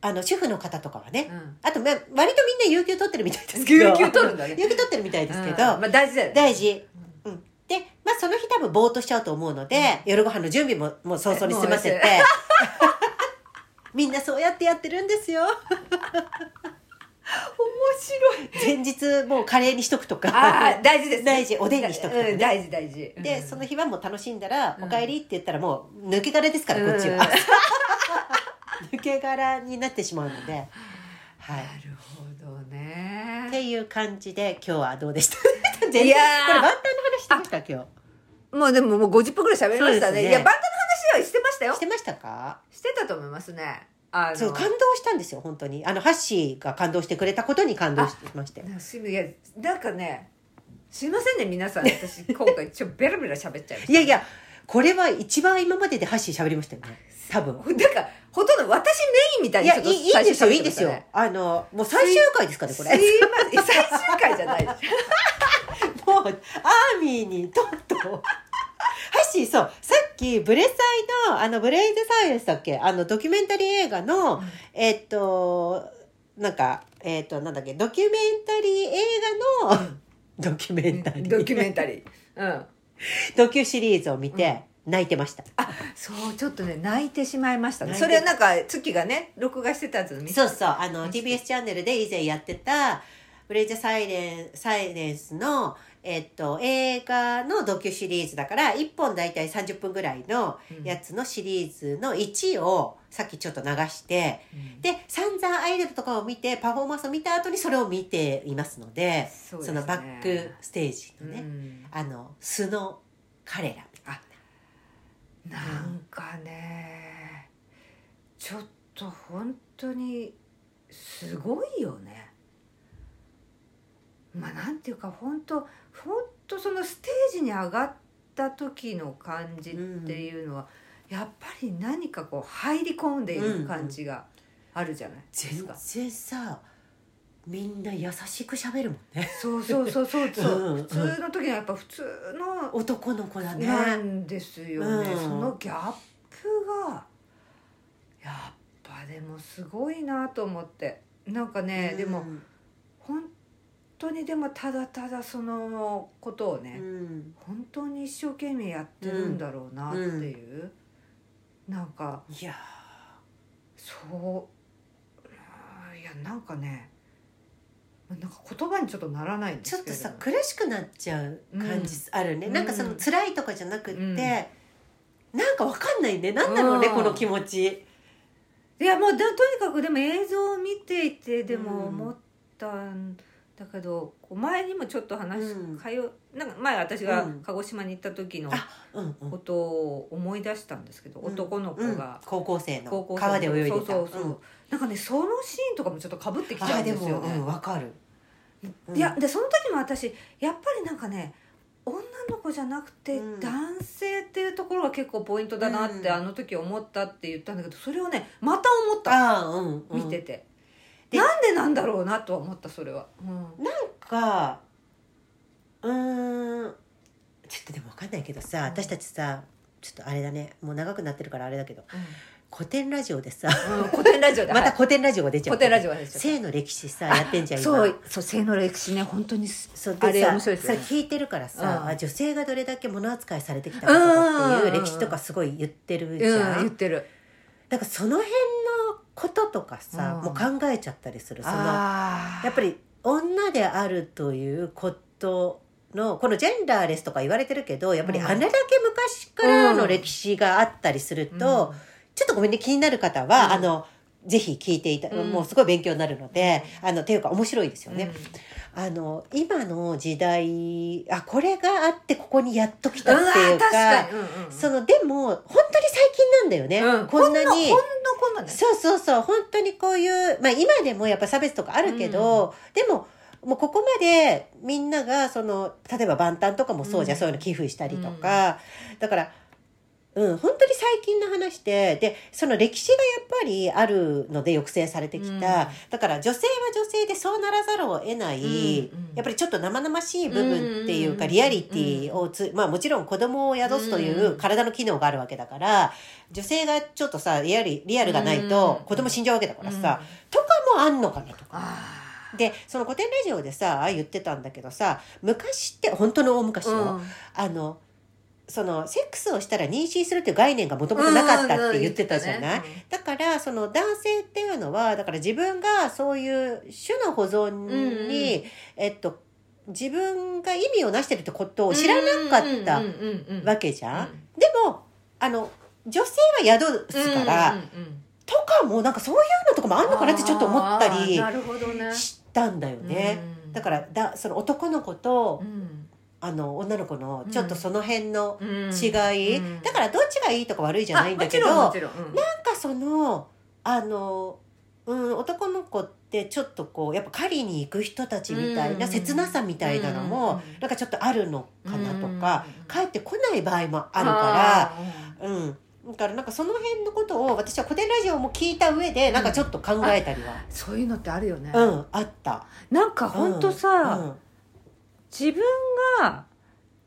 Speaker 1: あの主婦の方とかはね、
Speaker 2: うん
Speaker 1: あと、まあ、割とみんな有給取ってるみたいですけど
Speaker 2: 有給取るんだね
Speaker 1: 有給取ってるみたいですけど、
Speaker 2: うんまあ大事だよね
Speaker 1: 大事、うんで、まあ、その日多分ぼーっとしちゃうと思うので、夜ご飯の準備ももう早々に済ませ
Speaker 2: も
Speaker 1: て
Speaker 2: う や
Speaker 1: みんなそうやってやってるんですよ
Speaker 2: 面白
Speaker 1: 前
Speaker 2: い
Speaker 1: 日もうカレーにしとくと
Speaker 2: あ
Speaker 1: か
Speaker 2: ー大事ですね
Speaker 1: 大事おでんにしとくとかね
Speaker 2: うん大事大事
Speaker 1: でその日はもう楽しんだら「
Speaker 2: うん
Speaker 1: おかえり」って言ったらもう抜け殻ですからこっち
Speaker 2: うん
Speaker 1: は抜け殻になってしまうのではい
Speaker 2: なるほど
Speaker 1: っ
Speaker 2: ね
Speaker 1: ていう感じで今日はどうでした
Speaker 2: いやー
Speaker 1: これ万端の話してました今
Speaker 2: もうでももう50分ぐらい喋りまし
Speaker 1: そ
Speaker 2: た
Speaker 1: うです
Speaker 2: ね
Speaker 1: ね
Speaker 2: いやバンドの話はしてましたよ
Speaker 1: 日してましたか
Speaker 2: してたと思いますねあの
Speaker 1: そう感動したんですよ本当にあのハッシーが感動してくれたことに感動しまして
Speaker 2: なんかすいまいやなんかねすいませんね皆さん私今回ちょっとベラベラ喋っちゃいまし
Speaker 1: い
Speaker 2: た
Speaker 1: やいやこれは一番今まででハッシー喋りましたよね多分
Speaker 2: なんかほとんど私メインみたい
Speaker 1: い
Speaker 2: に
Speaker 1: や
Speaker 2: ちょ
Speaker 1: い
Speaker 2: っ
Speaker 1: いい
Speaker 2: と
Speaker 1: いんですよいいんです
Speaker 2: 最初
Speaker 1: よ
Speaker 2: 喋ってましたね
Speaker 1: あのもう最終回ですかねこれ
Speaker 2: すいません最終回じゃないです
Speaker 1: もうアーミーにとっと ハッシーそうさっきブレサイのあのブレイズサイエンスだっけあのドキュメンタリー映画の、
Speaker 2: うん
Speaker 1: えっとなんかえっとなんだっけドキュメンタリー映画の、ドキュメンタリー
Speaker 2: ドキュメンタリーうん
Speaker 1: ドキュシリーズを見て泣いてました、
Speaker 2: そうちょっとね泣いてしまいましたね
Speaker 1: 泣い
Speaker 2: そ
Speaker 1: て
Speaker 2: れはなんか月がね録画してたやつを見て
Speaker 1: そうそうあの
Speaker 2: 見て
Speaker 1: TBS チャンネルで以前やってたブレイズサイレンサイレンスのえっと映画のドキュシリーズだから1本大体30分ぐらいの
Speaker 2: うん
Speaker 1: やつのシリーズの1位をさっきちょっと流して、
Speaker 2: うん
Speaker 1: で、散々アイドルとかを見て、パフォーマンスを見た後にそれを見ていますので、
Speaker 2: そ
Speaker 1: そ,、
Speaker 2: うですね
Speaker 1: のバックステージの
Speaker 2: う
Speaker 1: ね、
Speaker 2: ん
Speaker 1: あの、素の彼ら。
Speaker 2: なんかねちょっと本当にすごいよねまあなんていうか本当本当そのステージに上がった時の感じっていうのは、やっぱり何かこう入り込んでいる感じがあるじゃないです
Speaker 1: 全
Speaker 2: か。
Speaker 1: 然さみんな優しく喋るもん ね
Speaker 2: そうそうそうそうそううん普通の時はやっぱ普通の
Speaker 1: 男の子だね
Speaker 2: なんですよね、
Speaker 1: うん
Speaker 2: そのギャップがやっぱでもすごいなと思ってなんかね、でも本当にでもただただそのことを
Speaker 1: う
Speaker 2: ね、
Speaker 1: ん
Speaker 2: 本当に一生懸命やってるんだろうなっていう、なんか
Speaker 1: いや
Speaker 2: そううんいやなんかねなんか言葉にちょっとならないんで
Speaker 1: ちょ
Speaker 2: す
Speaker 1: っ
Speaker 2: け
Speaker 1: と
Speaker 2: れど
Speaker 1: さ
Speaker 2: も
Speaker 1: 苦しくなっちゃう感じあるね、
Speaker 2: うん
Speaker 1: なんかその辛いとかじゃなくって、
Speaker 2: うん
Speaker 1: なんかわかんないねなんだろうね、
Speaker 2: うん
Speaker 1: この気持ち
Speaker 2: いやもうでとにかくでも映像を見ていてでも
Speaker 1: うん
Speaker 2: 思ったんだけど、こう前にもちょっと話し、
Speaker 1: うん
Speaker 2: かよなんか前私が
Speaker 1: うん
Speaker 2: 鹿児島に行った時の
Speaker 1: あうんうん、
Speaker 2: ことを思い出したんですけど、
Speaker 1: うん
Speaker 2: 男の子
Speaker 1: うん
Speaker 2: が
Speaker 1: 高校生
Speaker 2: 高
Speaker 1: の
Speaker 2: 校生の
Speaker 1: 川で泳いでた
Speaker 2: そうそうそう、
Speaker 1: うん
Speaker 2: なんかねそのシーンとかもちょっとかぶってきち
Speaker 1: あ
Speaker 2: ゃう
Speaker 1: あ
Speaker 2: ん
Speaker 1: で
Speaker 2: です
Speaker 1: も
Speaker 2: よね、
Speaker 1: うんわ、かる、うん
Speaker 2: いやでその時も私やっぱりなんかね女の子じゃなくて
Speaker 1: うん
Speaker 2: 男性っていうところが結構ポイントだなって、
Speaker 1: うん
Speaker 2: あの時思ったって言ったんだけどそれをねまた思った
Speaker 1: ああうん、うん、
Speaker 2: 見てて、
Speaker 1: で
Speaker 2: なんでなんだろうなとは思ったそれは、うん
Speaker 1: かうーんちょっとでもわかんないけどさ
Speaker 2: うん
Speaker 1: 私たちさちょっとあれだねもう長くなってるからあれだけど古典ラジオで さ
Speaker 2: うん古典ラジオだ
Speaker 1: また古典ラジオが出ちゃう
Speaker 2: 古典ラジオはねちょっと
Speaker 1: 性の歴史さやってんじゃん今
Speaker 2: そうそう性の歴史ね本当にす
Speaker 1: そう
Speaker 2: あれ
Speaker 1: でさ
Speaker 2: 面白いです
Speaker 1: さ
Speaker 2: よね
Speaker 1: 聞いてるからさ、
Speaker 2: うん
Speaker 1: あ女性がどれだけ物扱いされてきたのかっていう歴史とかすごい言ってるじゃん、
Speaker 2: うん言ってる
Speaker 1: だからその辺のこととかさ、
Speaker 2: うん
Speaker 1: もう考えちゃったりするそのや
Speaker 2: あ
Speaker 1: っぱり女であるということのこのジェンダーレスとか言われてるけどやっぱり
Speaker 2: うん
Speaker 1: あれだけ昔からの歴史があったりすると、ちょっとごめんね気になる方は、
Speaker 2: うん
Speaker 1: あのぜひ聞いていた、
Speaker 2: うん
Speaker 1: もうすごい勉強になるのであのっていうか面白いですよね。
Speaker 2: うん
Speaker 1: あの今の時代あこれがあってここにやっと来
Speaker 2: う
Speaker 1: た
Speaker 2: ん
Speaker 1: っていうか
Speaker 2: 確かに、うんうんうん
Speaker 1: そのでも本当に最近なんだよね、
Speaker 2: うん
Speaker 1: こんなに
Speaker 2: ほんのこんなね
Speaker 1: そうそうそう本当にこういう、まあ、今でもやっぱ差別とかあるけど、でももうここまでみんながその例えば万端とかもそうじゃん、
Speaker 2: うん
Speaker 1: そういうの寄付したりとか、だから、うん、本当に最近の話ででその歴史がやっぱりあるので抑制されてきた、
Speaker 2: うん
Speaker 1: だから女性は女性でそうならざるを得ない、
Speaker 2: うんうん
Speaker 1: やっぱりちょっと生々しい部分っていうか、
Speaker 2: うん
Speaker 1: リアリティをつ、まあもちろん子供を宿すとい
Speaker 2: うん
Speaker 1: う体の機能があるわけだから、女性がちょっとさ、リアリリアルがない
Speaker 2: うん
Speaker 1: と子供死んじゃうわけだからさ、とかもあんのかなとか。
Speaker 2: あ
Speaker 1: で、その古典ラジオでさ、あ言ってたんだけどさ、昔って、本当の大昔
Speaker 2: ー
Speaker 1: よ、
Speaker 2: うん
Speaker 1: あの、その、セックスをしたら妊娠するっていう概念がもともとなかったって言ってたじゃない、だからその男性っていうのはだから自分がそういう種の保存に、
Speaker 2: うん
Speaker 1: えっと、自分が意味をなしてるってことを知らなかったわけじゃん。でもあの女性は宿すから、とかもなんかそういうのとかもあんのかなってちょっと思ったり
Speaker 2: なるほどね
Speaker 1: したんだよね。だからだその男の子と、あの女の子のちょっとその辺の違い、だからどっちがいいとか悪いじ
Speaker 2: じ
Speaker 1: ゃないんだけど。
Speaker 2: もちろんもちろんうん
Speaker 1: なんかそのあの、うん、男の子ってちょっとこうやっぱ狩りに行く人たちみたいな
Speaker 2: うん
Speaker 1: 切なさみたいなの
Speaker 2: うん
Speaker 1: もなんかちょっとあるのかなとか
Speaker 2: うん
Speaker 1: 帰ってこない場合もあるか
Speaker 2: あ
Speaker 1: らうんだからなんかその辺のことを私は古典ラジオも聞いた上でなんかちょっと考えたりは
Speaker 2: ーそういうのってあるよね
Speaker 1: うん、あった
Speaker 2: なんかほんと
Speaker 1: う
Speaker 2: さ
Speaker 1: ん
Speaker 2: 自分が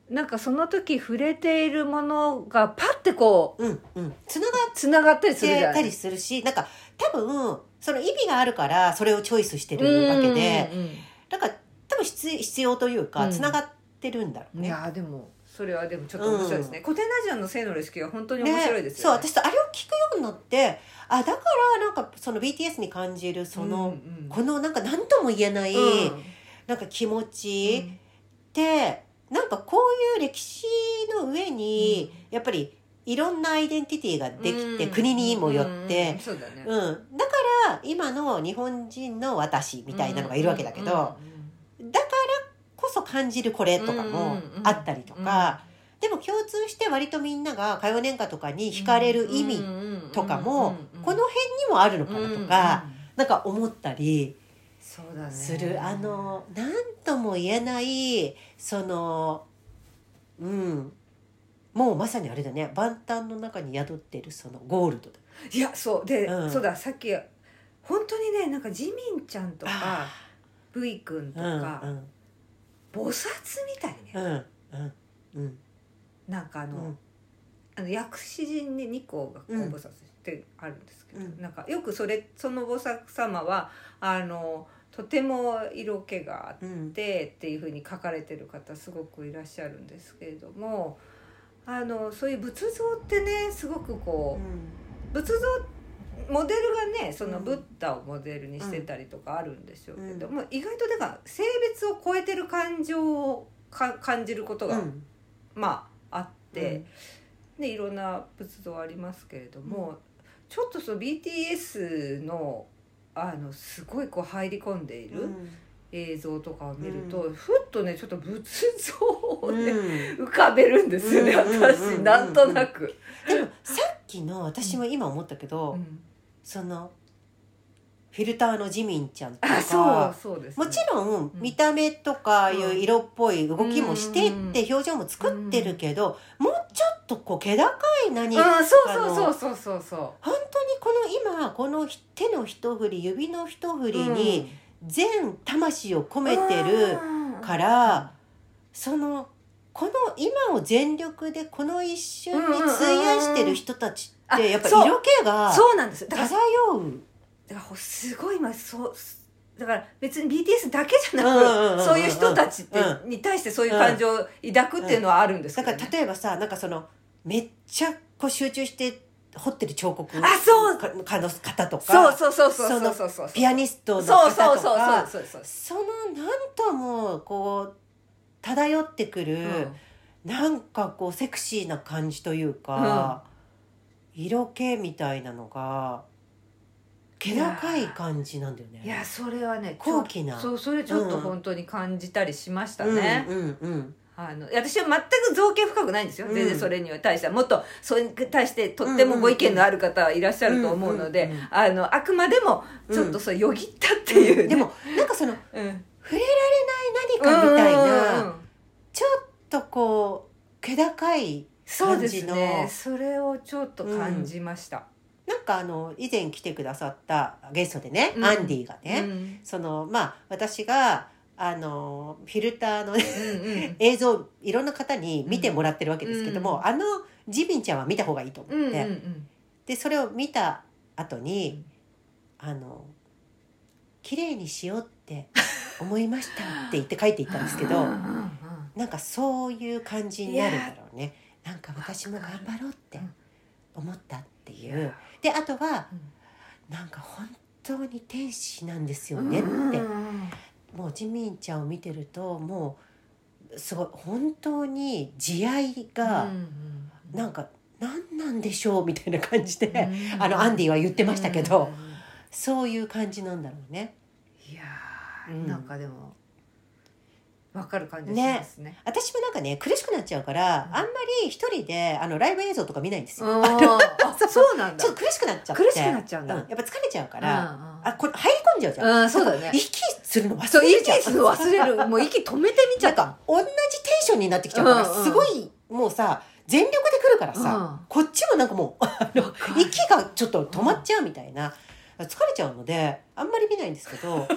Speaker 2: なんかその時触れているものがパッてこ
Speaker 1: うんうんつなが
Speaker 2: うつながった
Speaker 1: っ
Speaker 2: りするじ
Speaker 1: て
Speaker 2: ゃな
Speaker 1: た
Speaker 2: い
Speaker 1: りするしなんか多分その意味があるからそれをチョイスしてるわけで
Speaker 2: うんうんうん
Speaker 1: だから多分必必要という
Speaker 2: う
Speaker 1: か
Speaker 2: ん
Speaker 1: つながってるんだろう
Speaker 2: い
Speaker 1: ね、
Speaker 2: やーでもそれはでもちょっと面白いですね、古典ラジオの性のレシピは本当に
Speaker 1: ね
Speaker 2: 面白いですよ、ね
Speaker 1: そう私あれを聞くようになってあだからなんかその BTS に感じるその、
Speaker 2: うんうん
Speaker 1: このなんか何とも言えない、
Speaker 2: うん
Speaker 1: なんか気持ちって、なんかこういう歴史の上に、やっぱりいろんなアイデンティティができて、
Speaker 2: うん
Speaker 1: 国にもよっ
Speaker 2: うんうん
Speaker 1: て、
Speaker 2: そうだね、
Speaker 1: うんだから今の日本人の私みたいなのがいるわけだけど、だからこそ感じるこれとかもあったりとか。でも共通して割とみんなが火曜年間とかに惹かれる意味
Speaker 2: 味
Speaker 1: とかもこの辺にもあるのかなとか、なんか思ったり
Speaker 2: そうだね
Speaker 1: する、あの何とも言えないそのうんもうまさにあれだね万端の中に宿ってるそのゴールドだ
Speaker 2: いやそうで、
Speaker 1: うん
Speaker 2: そうださっき本当にねなんかジミンちゃんとかブイ君とか、
Speaker 1: うん
Speaker 2: 菩薩みたいね、
Speaker 1: うんうんうん
Speaker 2: なんかあ
Speaker 1: う
Speaker 2: の,、
Speaker 1: ん
Speaker 2: あの薬師寺に二個がこう
Speaker 1: うん
Speaker 2: 菩薩ってあるんですけど、
Speaker 1: うん
Speaker 2: なんかよくそれその菩薩様はあのとても色気があって。
Speaker 1: うん
Speaker 2: でっていうふうに書かれてる方すごくいらっしゃるんですけれどもあのそういう仏像ってねすごくこう仏像モデルがねその
Speaker 1: うん
Speaker 2: ブッダをモデルにしてたりとかあるんでしょうけど
Speaker 1: う
Speaker 2: も、意外とだから性別を超えてる感情をか感じることが、
Speaker 1: うん
Speaker 2: まああって、ね、いろんな仏像ありますけれども、ちょっとその BTS のあのすごいこう入り込んでいる。
Speaker 1: うん
Speaker 2: 映像とかを見ると、
Speaker 1: う
Speaker 2: ふっとねちょっと仏像を
Speaker 1: うん
Speaker 2: ね、浮かべるんですよね、
Speaker 1: うんうんうんうん
Speaker 2: 私
Speaker 1: うん
Speaker 2: なんとなく。
Speaker 1: でもさっきの私も今思ったけど、そのフィルターのジミンちゃんとか
Speaker 2: あそうそうです、ね、
Speaker 1: もちろん
Speaker 2: うん
Speaker 1: 見た目とかいう色っぽい動きもしてっ
Speaker 2: うん
Speaker 1: て表情も作ってるけど、もうちょっとこう気高い何本
Speaker 2: あそうそうそうそうそうそ
Speaker 1: 当にこの今この手の一振り指の一振
Speaker 2: う。
Speaker 1: りに全魂を込めてる
Speaker 2: る
Speaker 1: から、そのこの今を全力でこの一瞬に費やしてる人たちっ
Speaker 2: うんうんうん
Speaker 1: て
Speaker 2: あ
Speaker 1: やっぱ
Speaker 2: そう
Speaker 1: 色気が
Speaker 2: そうなんですだから
Speaker 1: 漂う。
Speaker 2: だからすごい今そうだから別に BTS だけじゃなく、
Speaker 1: うんうんうんうん
Speaker 2: そういう人たちって、
Speaker 1: う
Speaker 2: に対してそういう感情を抱くっていうのはあるんです
Speaker 1: だ
Speaker 2: けど
Speaker 1: か
Speaker 2: ね、
Speaker 1: ら例えばさなんかそのめっちゃこう集中して彫ってる彫刻
Speaker 2: あそう
Speaker 1: かかの方とか
Speaker 2: そうそうそうそうそうそうそう
Speaker 1: ピアニストの
Speaker 2: そ
Speaker 1: 方
Speaker 2: う
Speaker 1: とか
Speaker 2: そうそうそうそうそう
Speaker 1: そのなんともこう漂ってくる、
Speaker 2: うん
Speaker 1: なんかこうセクシーな感じというか、色気みたいなのが気高い感じなんだよね。
Speaker 2: いやそれはね
Speaker 1: 高貴な
Speaker 2: ちょそうそれちょっと本当に感じたりしましたね、
Speaker 1: うんうんうん
Speaker 2: あの私は全く造形深くないんですよ、
Speaker 1: うん
Speaker 2: 全然それに対してはもっとそれに対してとってもご意見のある方はいらっしゃると思うので、
Speaker 1: うんうんうん
Speaker 2: あのあくまでもちょっとそうよぎったっていう、ね
Speaker 1: で、もなんかその
Speaker 2: うん、
Speaker 1: 触れられない何かみたいな、
Speaker 2: うんうんうん
Speaker 1: ちょっとこう気高い
Speaker 2: そうです
Speaker 1: 感じ
Speaker 2: ね
Speaker 1: の
Speaker 2: それをちょっと感じました、
Speaker 1: なんかあの以前来てくださったゲストでね、
Speaker 2: うん
Speaker 1: アンディが
Speaker 2: うん
Speaker 1: ね、そのまあ私があのフィルターの、ね、
Speaker 2: うんうん
Speaker 1: 映像をいろんな方に見てもらってるわけですけども、
Speaker 2: うん
Speaker 1: あのジビンちゃんは見た方がいいと思って、
Speaker 2: うんうんうん
Speaker 1: でそれを見た後にあの綺麗にしようって思いましたって言って書いていったんですけ
Speaker 2: う
Speaker 1: ど
Speaker 2: んうんうん
Speaker 1: なんかそういう感じになるんだろうねなんか私も頑張ろうって
Speaker 2: うん
Speaker 1: 思ったっていうであとは
Speaker 2: うん
Speaker 1: なんか本当に天使なんですよねって、もうジミンちゃんを見てるともうすごい本当に慈愛が、なんか何なんでしょうみたいな感じで、あのアンデ
Speaker 2: ィ
Speaker 1: ィは言って
Speaker 2: 出
Speaker 1: ましたけど、そういう感じなんだろうね。
Speaker 2: いやー、
Speaker 1: うん
Speaker 2: なんかでもわかる感じしますね。
Speaker 1: 私もなんかね苦しくなっちゃうから、
Speaker 2: うん
Speaker 1: あんまり一人であのライブ映像とか見ないんです
Speaker 2: う
Speaker 1: よ。
Speaker 2: んあそうなんだ
Speaker 1: ちょっ。と苦しくなっちゃって
Speaker 2: 苦しくなっちゃうんだ
Speaker 1: やっぱ疲れちゃうか
Speaker 2: うん
Speaker 1: ら、あこれ入り込んじゃうじゃん。
Speaker 2: うん、そうだね。
Speaker 1: 息するの忘
Speaker 2: そう
Speaker 1: れちゃう。
Speaker 2: 息するの忘れ る。もう息止めてみちゃった。
Speaker 1: 同じテンションになってきちゃうから、
Speaker 2: うんうん
Speaker 1: すごいもうさ全力で来るからさ、
Speaker 2: うん
Speaker 1: こっちもなんかもう あの息がちょっと止まっちゃうみたいな、疲れちゃうのであんまり見ないんですけ ど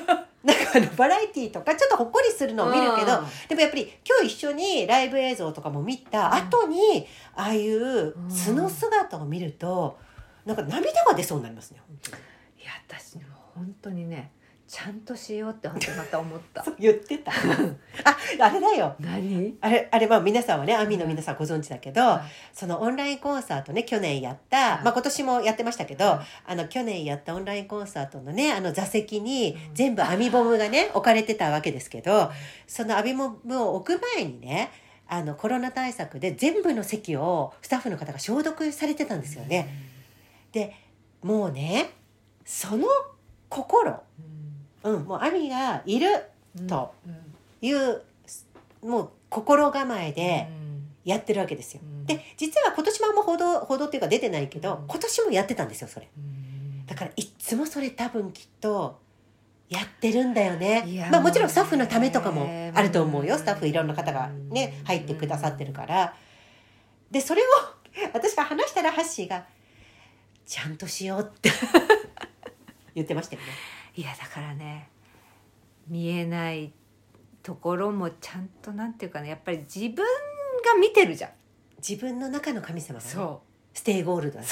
Speaker 1: なんかあのバラエティーとかちょっとほっこりするのを見るけど、でもやっぱり今日一緒にライブ映像とかも見た後に、ああいう素の姿を見ると、なんか涙が出そうになりますね本当に
Speaker 2: いや私も本当にね、ちゃんとしようって本当にまた思っ た
Speaker 1: そ。う言ってたああれだよ
Speaker 2: 何？
Speaker 1: あれ、あれ、まあ皆さんはね、アミの皆さんご存知だけど、
Speaker 2: はい
Speaker 1: そのオンラインコンサートね、去年やった、
Speaker 2: はい
Speaker 1: まあ今年もやってましたけど、
Speaker 2: は
Speaker 1: あの、去年やったオンラインコンサートのね、あの座席に
Speaker 2: うん
Speaker 1: 全部アミボムがね、置かれてたわけですけど、そのアミボムを置く前にね、あの、コロナ対策で全部の席をスタッフの方が消毒されてたんですよね。もうね、その心、うん、もうアミがいる
Speaker 2: うん
Speaker 1: と。
Speaker 2: うん
Speaker 1: いう、もう心構えでやってるわけですよ。
Speaker 2: うん
Speaker 1: で実は今年もあんま報道報道っていうか出てないけど、
Speaker 2: うん
Speaker 1: 今年もやってたんですよそれ
Speaker 2: うん
Speaker 1: だからいっつもそれ多分きっとやってるんだよ
Speaker 2: い
Speaker 1: ね
Speaker 2: やー。
Speaker 1: まあもちろんスタッフのためとかもあると思う
Speaker 2: う
Speaker 1: よ。
Speaker 2: ん
Speaker 1: スタッフいろんな方がね、入ってくださってるから。で、それを 私が話したらハッシーが、ちゃんとしようって 言ってましたよね。
Speaker 2: いやだからね見えないところもちゃんとなんていうかねやっぱり自分が見てるじゃん、
Speaker 1: 自分の中の神様がね、
Speaker 2: そう
Speaker 1: ステイゴールドだね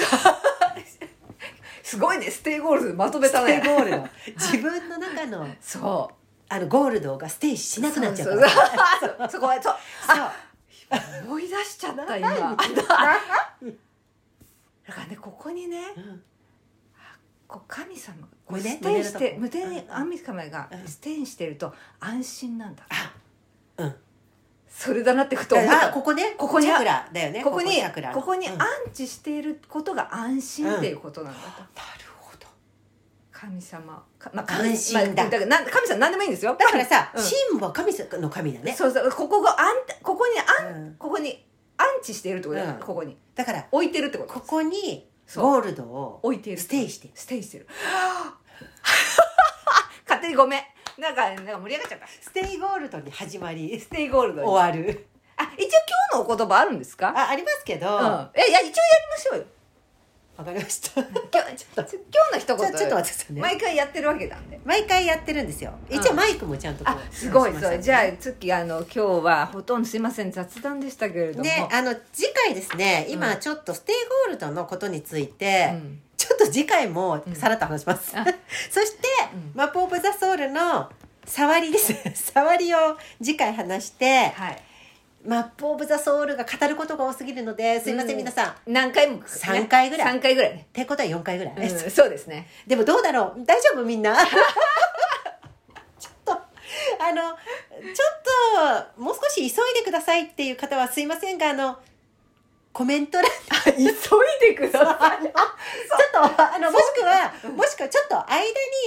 Speaker 2: すごいねステイゴールドまとめた
Speaker 1: ステイ
Speaker 2: ね
Speaker 1: ゴールド。自分の中 の、
Speaker 2: そ
Speaker 1: あの、ゴールドがステイし
Speaker 2: う
Speaker 1: なくなっちゃう
Speaker 2: そ
Speaker 1: から。
Speaker 2: そうそうそこはそう
Speaker 1: そう
Speaker 2: 思い出しちゃった今
Speaker 1: 何
Speaker 2: あだからねここにね
Speaker 1: うん
Speaker 2: こう神様がこう
Speaker 1: 胸
Speaker 2: ステイして無
Speaker 1: 胸のとこ
Speaker 2: 天に神様が
Speaker 1: うん
Speaker 2: ステイしてると安心なんだ
Speaker 1: あうん
Speaker 2: それだなってふ と思っ
Speaker 1: あ
Speaker 2: た
Speaker 1: ここね
Speaker 2: ここに
Speaker 1: チャクラだよね
Speaker 2: ここに
Speaker 1: チャクラの
Speaker 2: ここに
Speaker 1: う
Speaker 2: 安
Speaker 1: んなる
Speaker 2: 置していることが安心っていうことなんだと、
Speaker 1: ほど
Speaker 2: 神様か、まあ、神
Speaker 1: 安心だ
Speaker 2: まあ、からなん神様何でもいいんですよ
Speaker 1: だからさ、
Speaker 2: うん
Speaker 1: 神は神様の神だね、
Speaker 2: そうそうここがあんここにあん
Speaker 1: うん
Speaker 2: ここに安置しているってことだ、
Speaker 1: うん
Speaker 2: ここに
Speaker 1: だから
Speaker 2: 置いてるってこと
Speaker 1: ここに
Speaker 2: そう
Speaker 1: ゴールドを
Speaker 2: 置いている
Speaker 1: ステイして
Speaker 2: ステイしてる 勝手にごめんなんかなんか盛り上がっちゃった
Speaker 1: ステイゴールドに始まり
Speaker 2: ステイゴールドに
Speaker 1: 終わる
Speaker 2: あ一応今日のお言葉あるんですか
Speaker 1: あありますけど
Speaker 2: うん
Speaker 1: わ、
Speaker 2: えいや一応やりましょうよ
Speaker 1: かりま したちょ
Speaker 2: 今日ちょっと今日の一
Speaker 1: ちょっと
Speaker 2: 言
Speaker 1: 待ってくださいね毎
Speaker 2: 毎回やってるわけなんで
Speaker 1: 回やってるんですよ一応マイクもちゃんとこう
Speaker 2: あすごい
Speaker 1: しました
Speaker 2: そうじゃあ月あの今日はほとんどすいません雑談でしたけれども
Speaker 1: ね、あの次回ですね今
Speaker 2: うん
Speaker 1: ちょっとステイゴールドのことについて、
Speaker 2: うん
Speaker 1: ちょっと次回もさらっと話します。
Speaker 2: うんあ
Speaker 1: そして、
Speaker 2: うん
Speaker 1: マップ・オブ・ザ・ソウルの触りです。触りを次回話して、
Speaker 2: はい
Speaker 1: マップ・オブ・ザ・ソウルが語ることが多すぎるので、すいません、
Speaker 2: うん
Speaker 1: 皆さん。っ
Speaker 2: 何回も
Speaker 1: 三回ぐらい
Speaker 2: 3回ぐらいね、
Speaker 1: てことは4回ぐらい。
Speaker 2: うん そうで すね
Speaker 1: でもどうだろう大丈夫みんな。 ちょっと、あの、ちょっと、もう少し急いでくださいっていう方はすいませんが、あの、コメント欄
Speaker 2: 急いでください
Speaker 1: ちょっと、あの、もしくは、もしくはちょっと間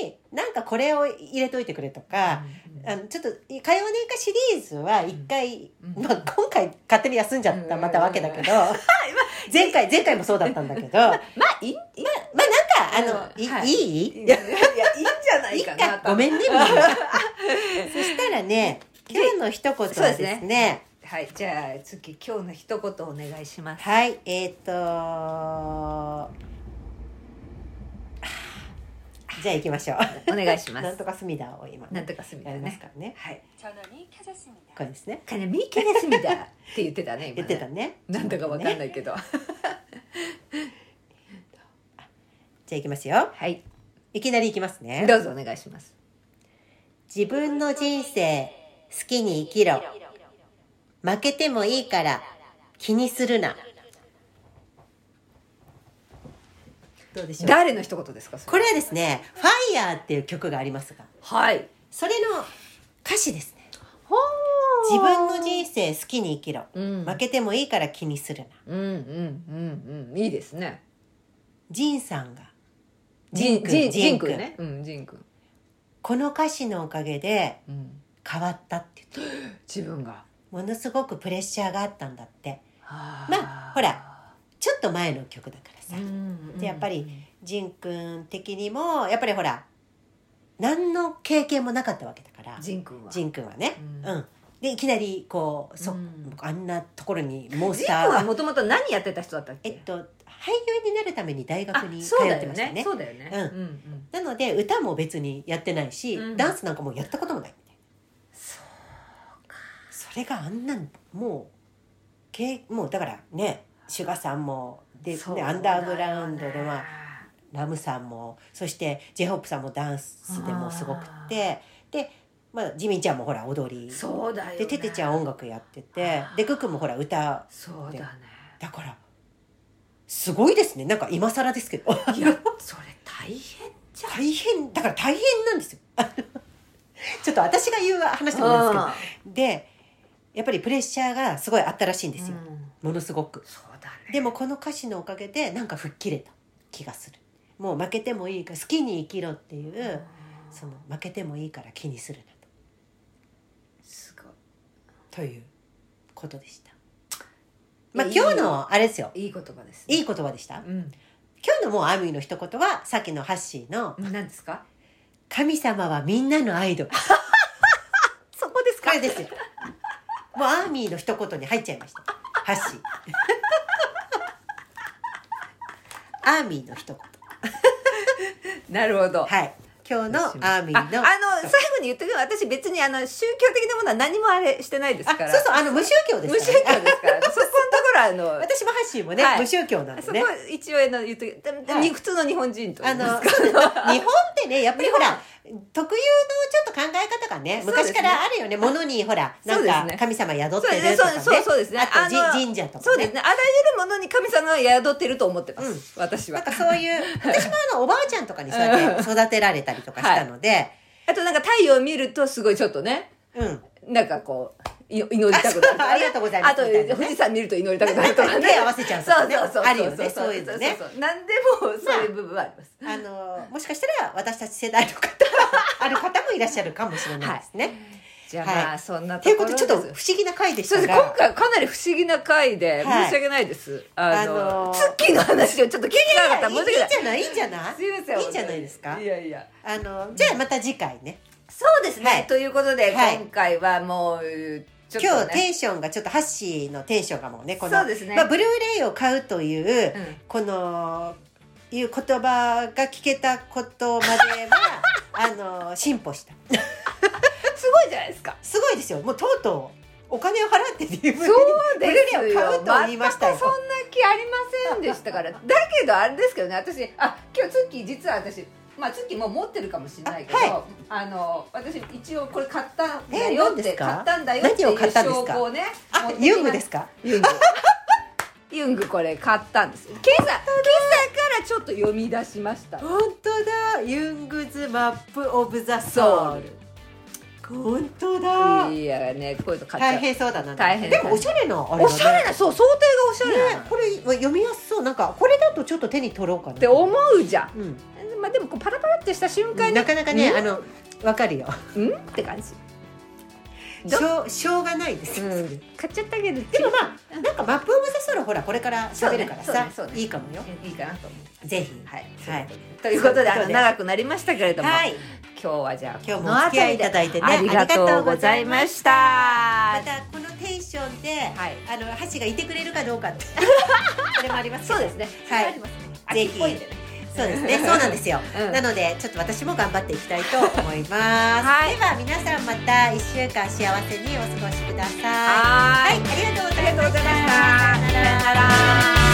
Speaker 1: になんかこれを入れといてくれとか、あのちょっと「火曜年化」シリーズは一回、
Speaker 2: うん
Speaker 1: まあ、今回勝手に休んじゃった
Speaker 2: うん
Speaker 1: またわけだけど、 前回前回もそうだったんだけどまあ
Speaker 2: まあいいいい
Speaker 1: なんかあの、
Speaker 2: うん
Speaker 1: い、
Speaker 2: はいい
Speaker 1: い
Speaker 2: いやいやいいんじゃないい
Speaker 1: っ
Speaker 2: かな
Speaker 1: かごめんねみん なそしたらね今日の一言はです
Speaker 2: そうで
Speaker 1: ね
Speaker 2: すはいじゃあ次今日の一言お願い します
Speaker 1: はいえっ、とあーじゃあ行きましょう
Speaker 2: お願いしま
Speaker 1: なん
Speaker 2: す
Speaker 1: とか隅田を今
Speaker 2: なんとかすみだ
Speaker 1: やります
Speaker 2: ね
Speaker 1: からね
Speaker 2: はい
Speaker 1: これですね
Speaker 2: 金見切れすみだって言ってたね今ね
Speaker 1: 言ってたね
Speaker 2: なんだかわかんないけど、
Speaker 1: じゃあ行きますよ
Speaker 2: はい
Speaker 1: いきなり行きますね
Speaker 2: どうぞお願いします
Speaker 1: 自分の人生好きに生きろ負けてもいいから気にするなどうでしょう
Speaker 2: 誰の一言ですかそ
Speaker 1: これはですね「ファイヤーっていう曲がありますが
Speaker 2: はい
Speaker 1: それの歌詞ですね
Speaker 2: ほ
Speaker 1: 自分の人生好きに生きろ
Speaker 2: うん
Speaker 1: 負けてもいいから気にするな
Speaker 2: うんうんうんうんいいですね
Speaker 1: ジンさんが
Speaker 2: ジンジンジン
Speaker 1: く
Speaker 2: く
Speaker 1: ん
Speaker 2: んねうんジンくん
Speaker 1: この歌詞のおかげで
Speaker 2: うん
Speaker 1: 変わったって言って
Speaker 2: 自分が
Speaker 1: ものすごくプレッシャーがあったんだって
Speaker 2: ま
Speaker 1: まあほらちょっと前の曲だからさ、
Speaker 2: うん
Speaker 1: でやっぱり仁君的にもやっぱりほら何の経験もなかったわけだから
Speaker 2: ジンくんは
Speaker 1: 仁君はね、
Speaker 2: う
Speaker 1: うんんでいきなりこうそ、
Speaker 2: うん
Speaker 1: あんなところにモン
Speaker 2: ジ
Speaker 1: ス
Speaker 2: ン
Speaker 1: タ
Speaker 2: くん
Speaker 1: ー
Speaker 2: はもともと何やってた人だったっけ
Speaker 1: えっと俳優になるために大学
Speaker 2: あ
Speaker 1: に通
Speaker 2: そう
Speaker 1: っ
Speaker 2: だ
Speaker 1: て
Speaker 2: よ
Speaker 1: ましたね
Speaker 2: ねそうだよね
Speaker 1: うん
Speaker 2: うんうん
Speaker 1: なので歌も別にやってないし、
Speaker 2: うん
Speaker 1: ダンスなんかもうやったこともないみたいな
Speaker 2: そうか
Speaker 1: それがあんなんもうけもうだからねシュガさんもで、
Speaker 2: そう
Speaker 1: ね、アンダーグラウンドでは。
Speaker 2: あ
Speaker 1: ラムさんもそして j ホ h o p さんもダンスでもすごくてで、まあ、ジミンちゃんもほら踊り
Speaker 2: そうだよね
Speaker 1: でテテちゃん音楽やっててでクックもほら歌
Speaker 2: そうだね
Speaker 1: だからすごいですねなんか今更ですけど
Speaker 2: いやそれ大変じゃん
Speaker 1: 大変だから大変なんですよ ちょっと私が言う話でもないですけどでやっぱりプレッシャーがすごいあったらしいんですよ、
Speaker 2: うん
Speaker 1: ものすごく
Speaker 2: そうだね
Speaker 1: でもこの歌詞のおかげでなんか吹っ切れた気がするもう負けてもいいから好きに生きろっていう、その負けてもいいから気にするな
Speaker 2: すご
Speaker 1: とということでした。
Speaker 2: いや
Speaker 1: まあ
Speaker 2: いい
Speaker 1: 今日のあれですよ。
Speaker 2: いいい言葉ですね
Speaker 1: いい言葉でした。
Speaker 2: うん
Speaker 1: 今日のもうアミーの一言はさっきのハッシーの
Speaker 2: 何ですか
Speaker 1: 必神様はみんなのアイドル。
Speaker 2: そこです
Speaker 1: こ
Speaker 2: か
Speaker 1: れですよ。もうアーミーの一言に入っちゃいました。ハッシー。アーミーの一言。
Speaker 2: なるほど。
Speaker 1: はい。今日のアーミ
Speaker 2: ああ
Speaker 1: ー
Speaker 2: の最
Speaker 1: の。
Speaker 2: 後に言っとくけど私別にあの宗教的なものは何もあれしてないです
Speaker 1: あ、
Speaker 2: か
Speaker 1: そう
Speaker 2: ら
Speaker 1: そう、あの、無宗教です
Speaker 2: 無宗
Speaker 1: から ね。
Speaker 2: 教ですからそこのところはあの
Speaker 1: 私もハッシーもね、
Speaker 2: はい
Speaker 1: 無宗教なんで
Speaker 2: そ
Speaker 1: ね
Speaker 2: こ。は一応あの言っとくでで
Speaker 1: はい
Speaker 2: 普通の日本人と
Speaker 1: あの、そ
Speaker 2: あ
Speaker 1: うです日本って ね、やっぱりほら、特有のちょっと考え方がね、
Speaker 2: そうです
Speaker 1: 昔
Speaker 2: ね
Speaker 1: からあるよね。物にほら、な
Speaker 2: そうんです
Speaker 1: か
Speaker 2: ね
Speaker 1: 神様宿っ
Speaker 2: そう
Speaker 1: て
Speaker 2: で
Speaker 1: る
Speaker 2: す
Speaker 1: と
Speaker 2: ね
Speaker 1: かね。
Speaker 2: そうそうですね
Speaker 1: あとじ
Speaker 2: あの
Speaker 1: 神社とかね。
Speaker 2: そうですねあらゆるものに神様が宿ってると思ってます、
Speaker 1: うん
Speaker 2: 私
Speaker 1: なん
Speaker 2: は
Speaker 1: かそういう、私もあの、おばあちゃんとかにそうやって育てられたりとかしたので、
Speaker 2: あとなんか太陽を見るとすごいちょっとね
Speaker 1: うん。
Speaker 2: なんかこうい祈りたくなるとか
Speaker 1: ありがとうございます
Speaker 2: あと
Speaker 1: みたいなね
Speaker 2: 富士山見ると祈りたくなるとかね
Speaker 1: 手合わせちゃうとかね
Speaker 2: そうそうそう
Speaker 1: あるよねそういうのね
Speaker 2: そうそうなんでもそういう部分はあります、
Speaker 1: あの、もしかしたら私たち世代の方、ある方もいらっしゃるかもしれないですね。
Speaker 2: じゃあまあ、
Speaker 1: はい
Speaker 2: そんな
Speaker 1: と、い、う
Speaker 2: こ
Speaker 1: こ
Speaker 2: ろ
Speaker 1: とで、
Speaker 2: で
Speaker 1: ち
Speaker 2: す
Speaker 1: ょっと不思議な回でし
Speaker 2: そう
Speaker 1: た
Speaker 2: です
Speaker 1: が。
Speaker 2: 今回かなり不思議な回で
Speaker 1: はい
Speaker 2: 申し訳ないです、あの、
Speaker 1: あのー
Speaker 2: ツッキーの話をちょっと聞きなかった
Speaker 1: い
Speaker 2: 申
Speaker 1: やい
Speaker 2: し訳
Speaker 1: い
Speaker 2: ない
Speaker 1: んじゃないいいんじゃない
Speaker 2: すいません
Speaker 1: いいんじゃないですか
Speaker 2: いやいや
Speaker 1: あの、じゃあまた次回ね。
Speaker 2: そうですね、
Speaker 1: はい
Speaker 2: ということで、
Speaker 1: はい
Speaker 2: 今回はもうちょっと、ね、
Speaker 1: 今日テンションがちょっとハッシーのテンションがもうねこの
Speaker 2: そうですね
Speaker 1: まあ、ブルーレイを買うという、
Speaker 2: うん
Speaker 1: このいう言葉が聞けたことまで はあの進歩した
Speaker 2: すごいじゃないですか
Speaker 1: すごいですよもうとうとうお金を払って DVD
Speaker 2: そうですよ
Speaker 1: ブルーレイを買うと言いましたよ
Speaker 2: 全くそんな気ありませんでしたからだけどあれですけどね私あ今日ツッキー実は私まあツッキーもう持ってるかもしれないけどあ,、
Speaker 1: あは
Speaker 2: の私一応これ買ったんだ
Speaker 1: え
Speaker 2: よ
Speaker 1: 何
Speaker 2: っ
Speaker 1: です
Speaker 2: て
Speaker 1: か
Speaker 2: 買ったんだよっていう
Speaker 1: 何を買ったんです
Speaker 2: 証
Speaker 1: か
Speaker 2: 拠をね持
Speaker 1: あ
Speaker 2: ってきま
Speaker 1: ユングですか
Speaker 2: ユング ユングこれ買ったんです今朝今朝からちょっと読み出しました
Speaker 1: 本当だユングズマップオブザ
Speaker 2: そ
Speaker 1: ソウル
Speaker 2: う
Speaker 1: 本当だ
Speaker 2: いやねこういうの買っちゃう
Speaker 1: 大変そうだな
Speaker 2: 大変
Speaker 1: でもおしゃれなあれだね
Speaker 2: おしゃれなそう想定がおしゃれなの
Speaker 1: ね、これ読みやすそうなんかこれだとちょっと手に取ろうかな
Speaker 2: って思うじゃん
Speaker 1: うん
Speaker 2: まあでもこうパラパラってした瞬間に
Speaker 1: なかなかね、
Speaker 2: ん
Speaker 1: あの、わかるよ。
Speaker 2: うんって感じ
Speaker 1: しょう、しょうがないです。
Speaker 2: うん買っちゃったけど
Speaker 1: でもまあ、なんかマップオブザソロほら、これから喋るから
Speaker 2: そ
Speaker 1: さ、
Speaker 2: うねそうねそうね
Speaker 1: いいかもよ。
Speaker 2: いいかなと思
Speaker 1: ぜひ。
Speaker 2: うはい、
Speaker 1: はい。
Speaker 2: ということであ
Speaker 1: そう
Speaker 2: の
Speaker 1: ね
Speaker 2: 長くなりましたけれども、
Speaker 1: はい。
Speaker 2: 今日はじゃあ
Speaker 1: 今日
Speaker 2: こ
Speaker 1: も
Speaker 2: の
Speaker 1: お付き合いい
Speaker 2: 辺りで
Speaker 1: ただいてね。
Speaker 2: ありがとうございました
Speaker 1: ありがとうございました。また、このテンションで、
Speaker 2: はい
Speaker 1: あの、箸がいてくれるかどう かって。それもありますけど。
Speaker 2: そうですね
Speaker 1: はい
Speaker 2: それありますね
Speaker 1: ぜひ
Speaker 2: 秋っぽいんでね
Speaker 1: そうです ね。そうなんですよ。
Speaker 2: うん
Speaker 1: なので、ちょっと私も頑張っていきたいと思います。
Speaker 2: はい
Speaker 1: では、皆さんまた一週間幸せにお過ごしください。
Speaker 2: は
Speaker 1: は
Speaker 2: ー
Speaker 1: い、
Speaker 2: い
Speaker 1: ありがとうご
Speaker 2: あ
Speaker 1: ざ
Speaker 2: り
Speaker 1: いま
Speaker 2: がとうご
Speaker 1: し
Speaker 2: ざいました
Speaker 1: た。
Speaker 2: さよなら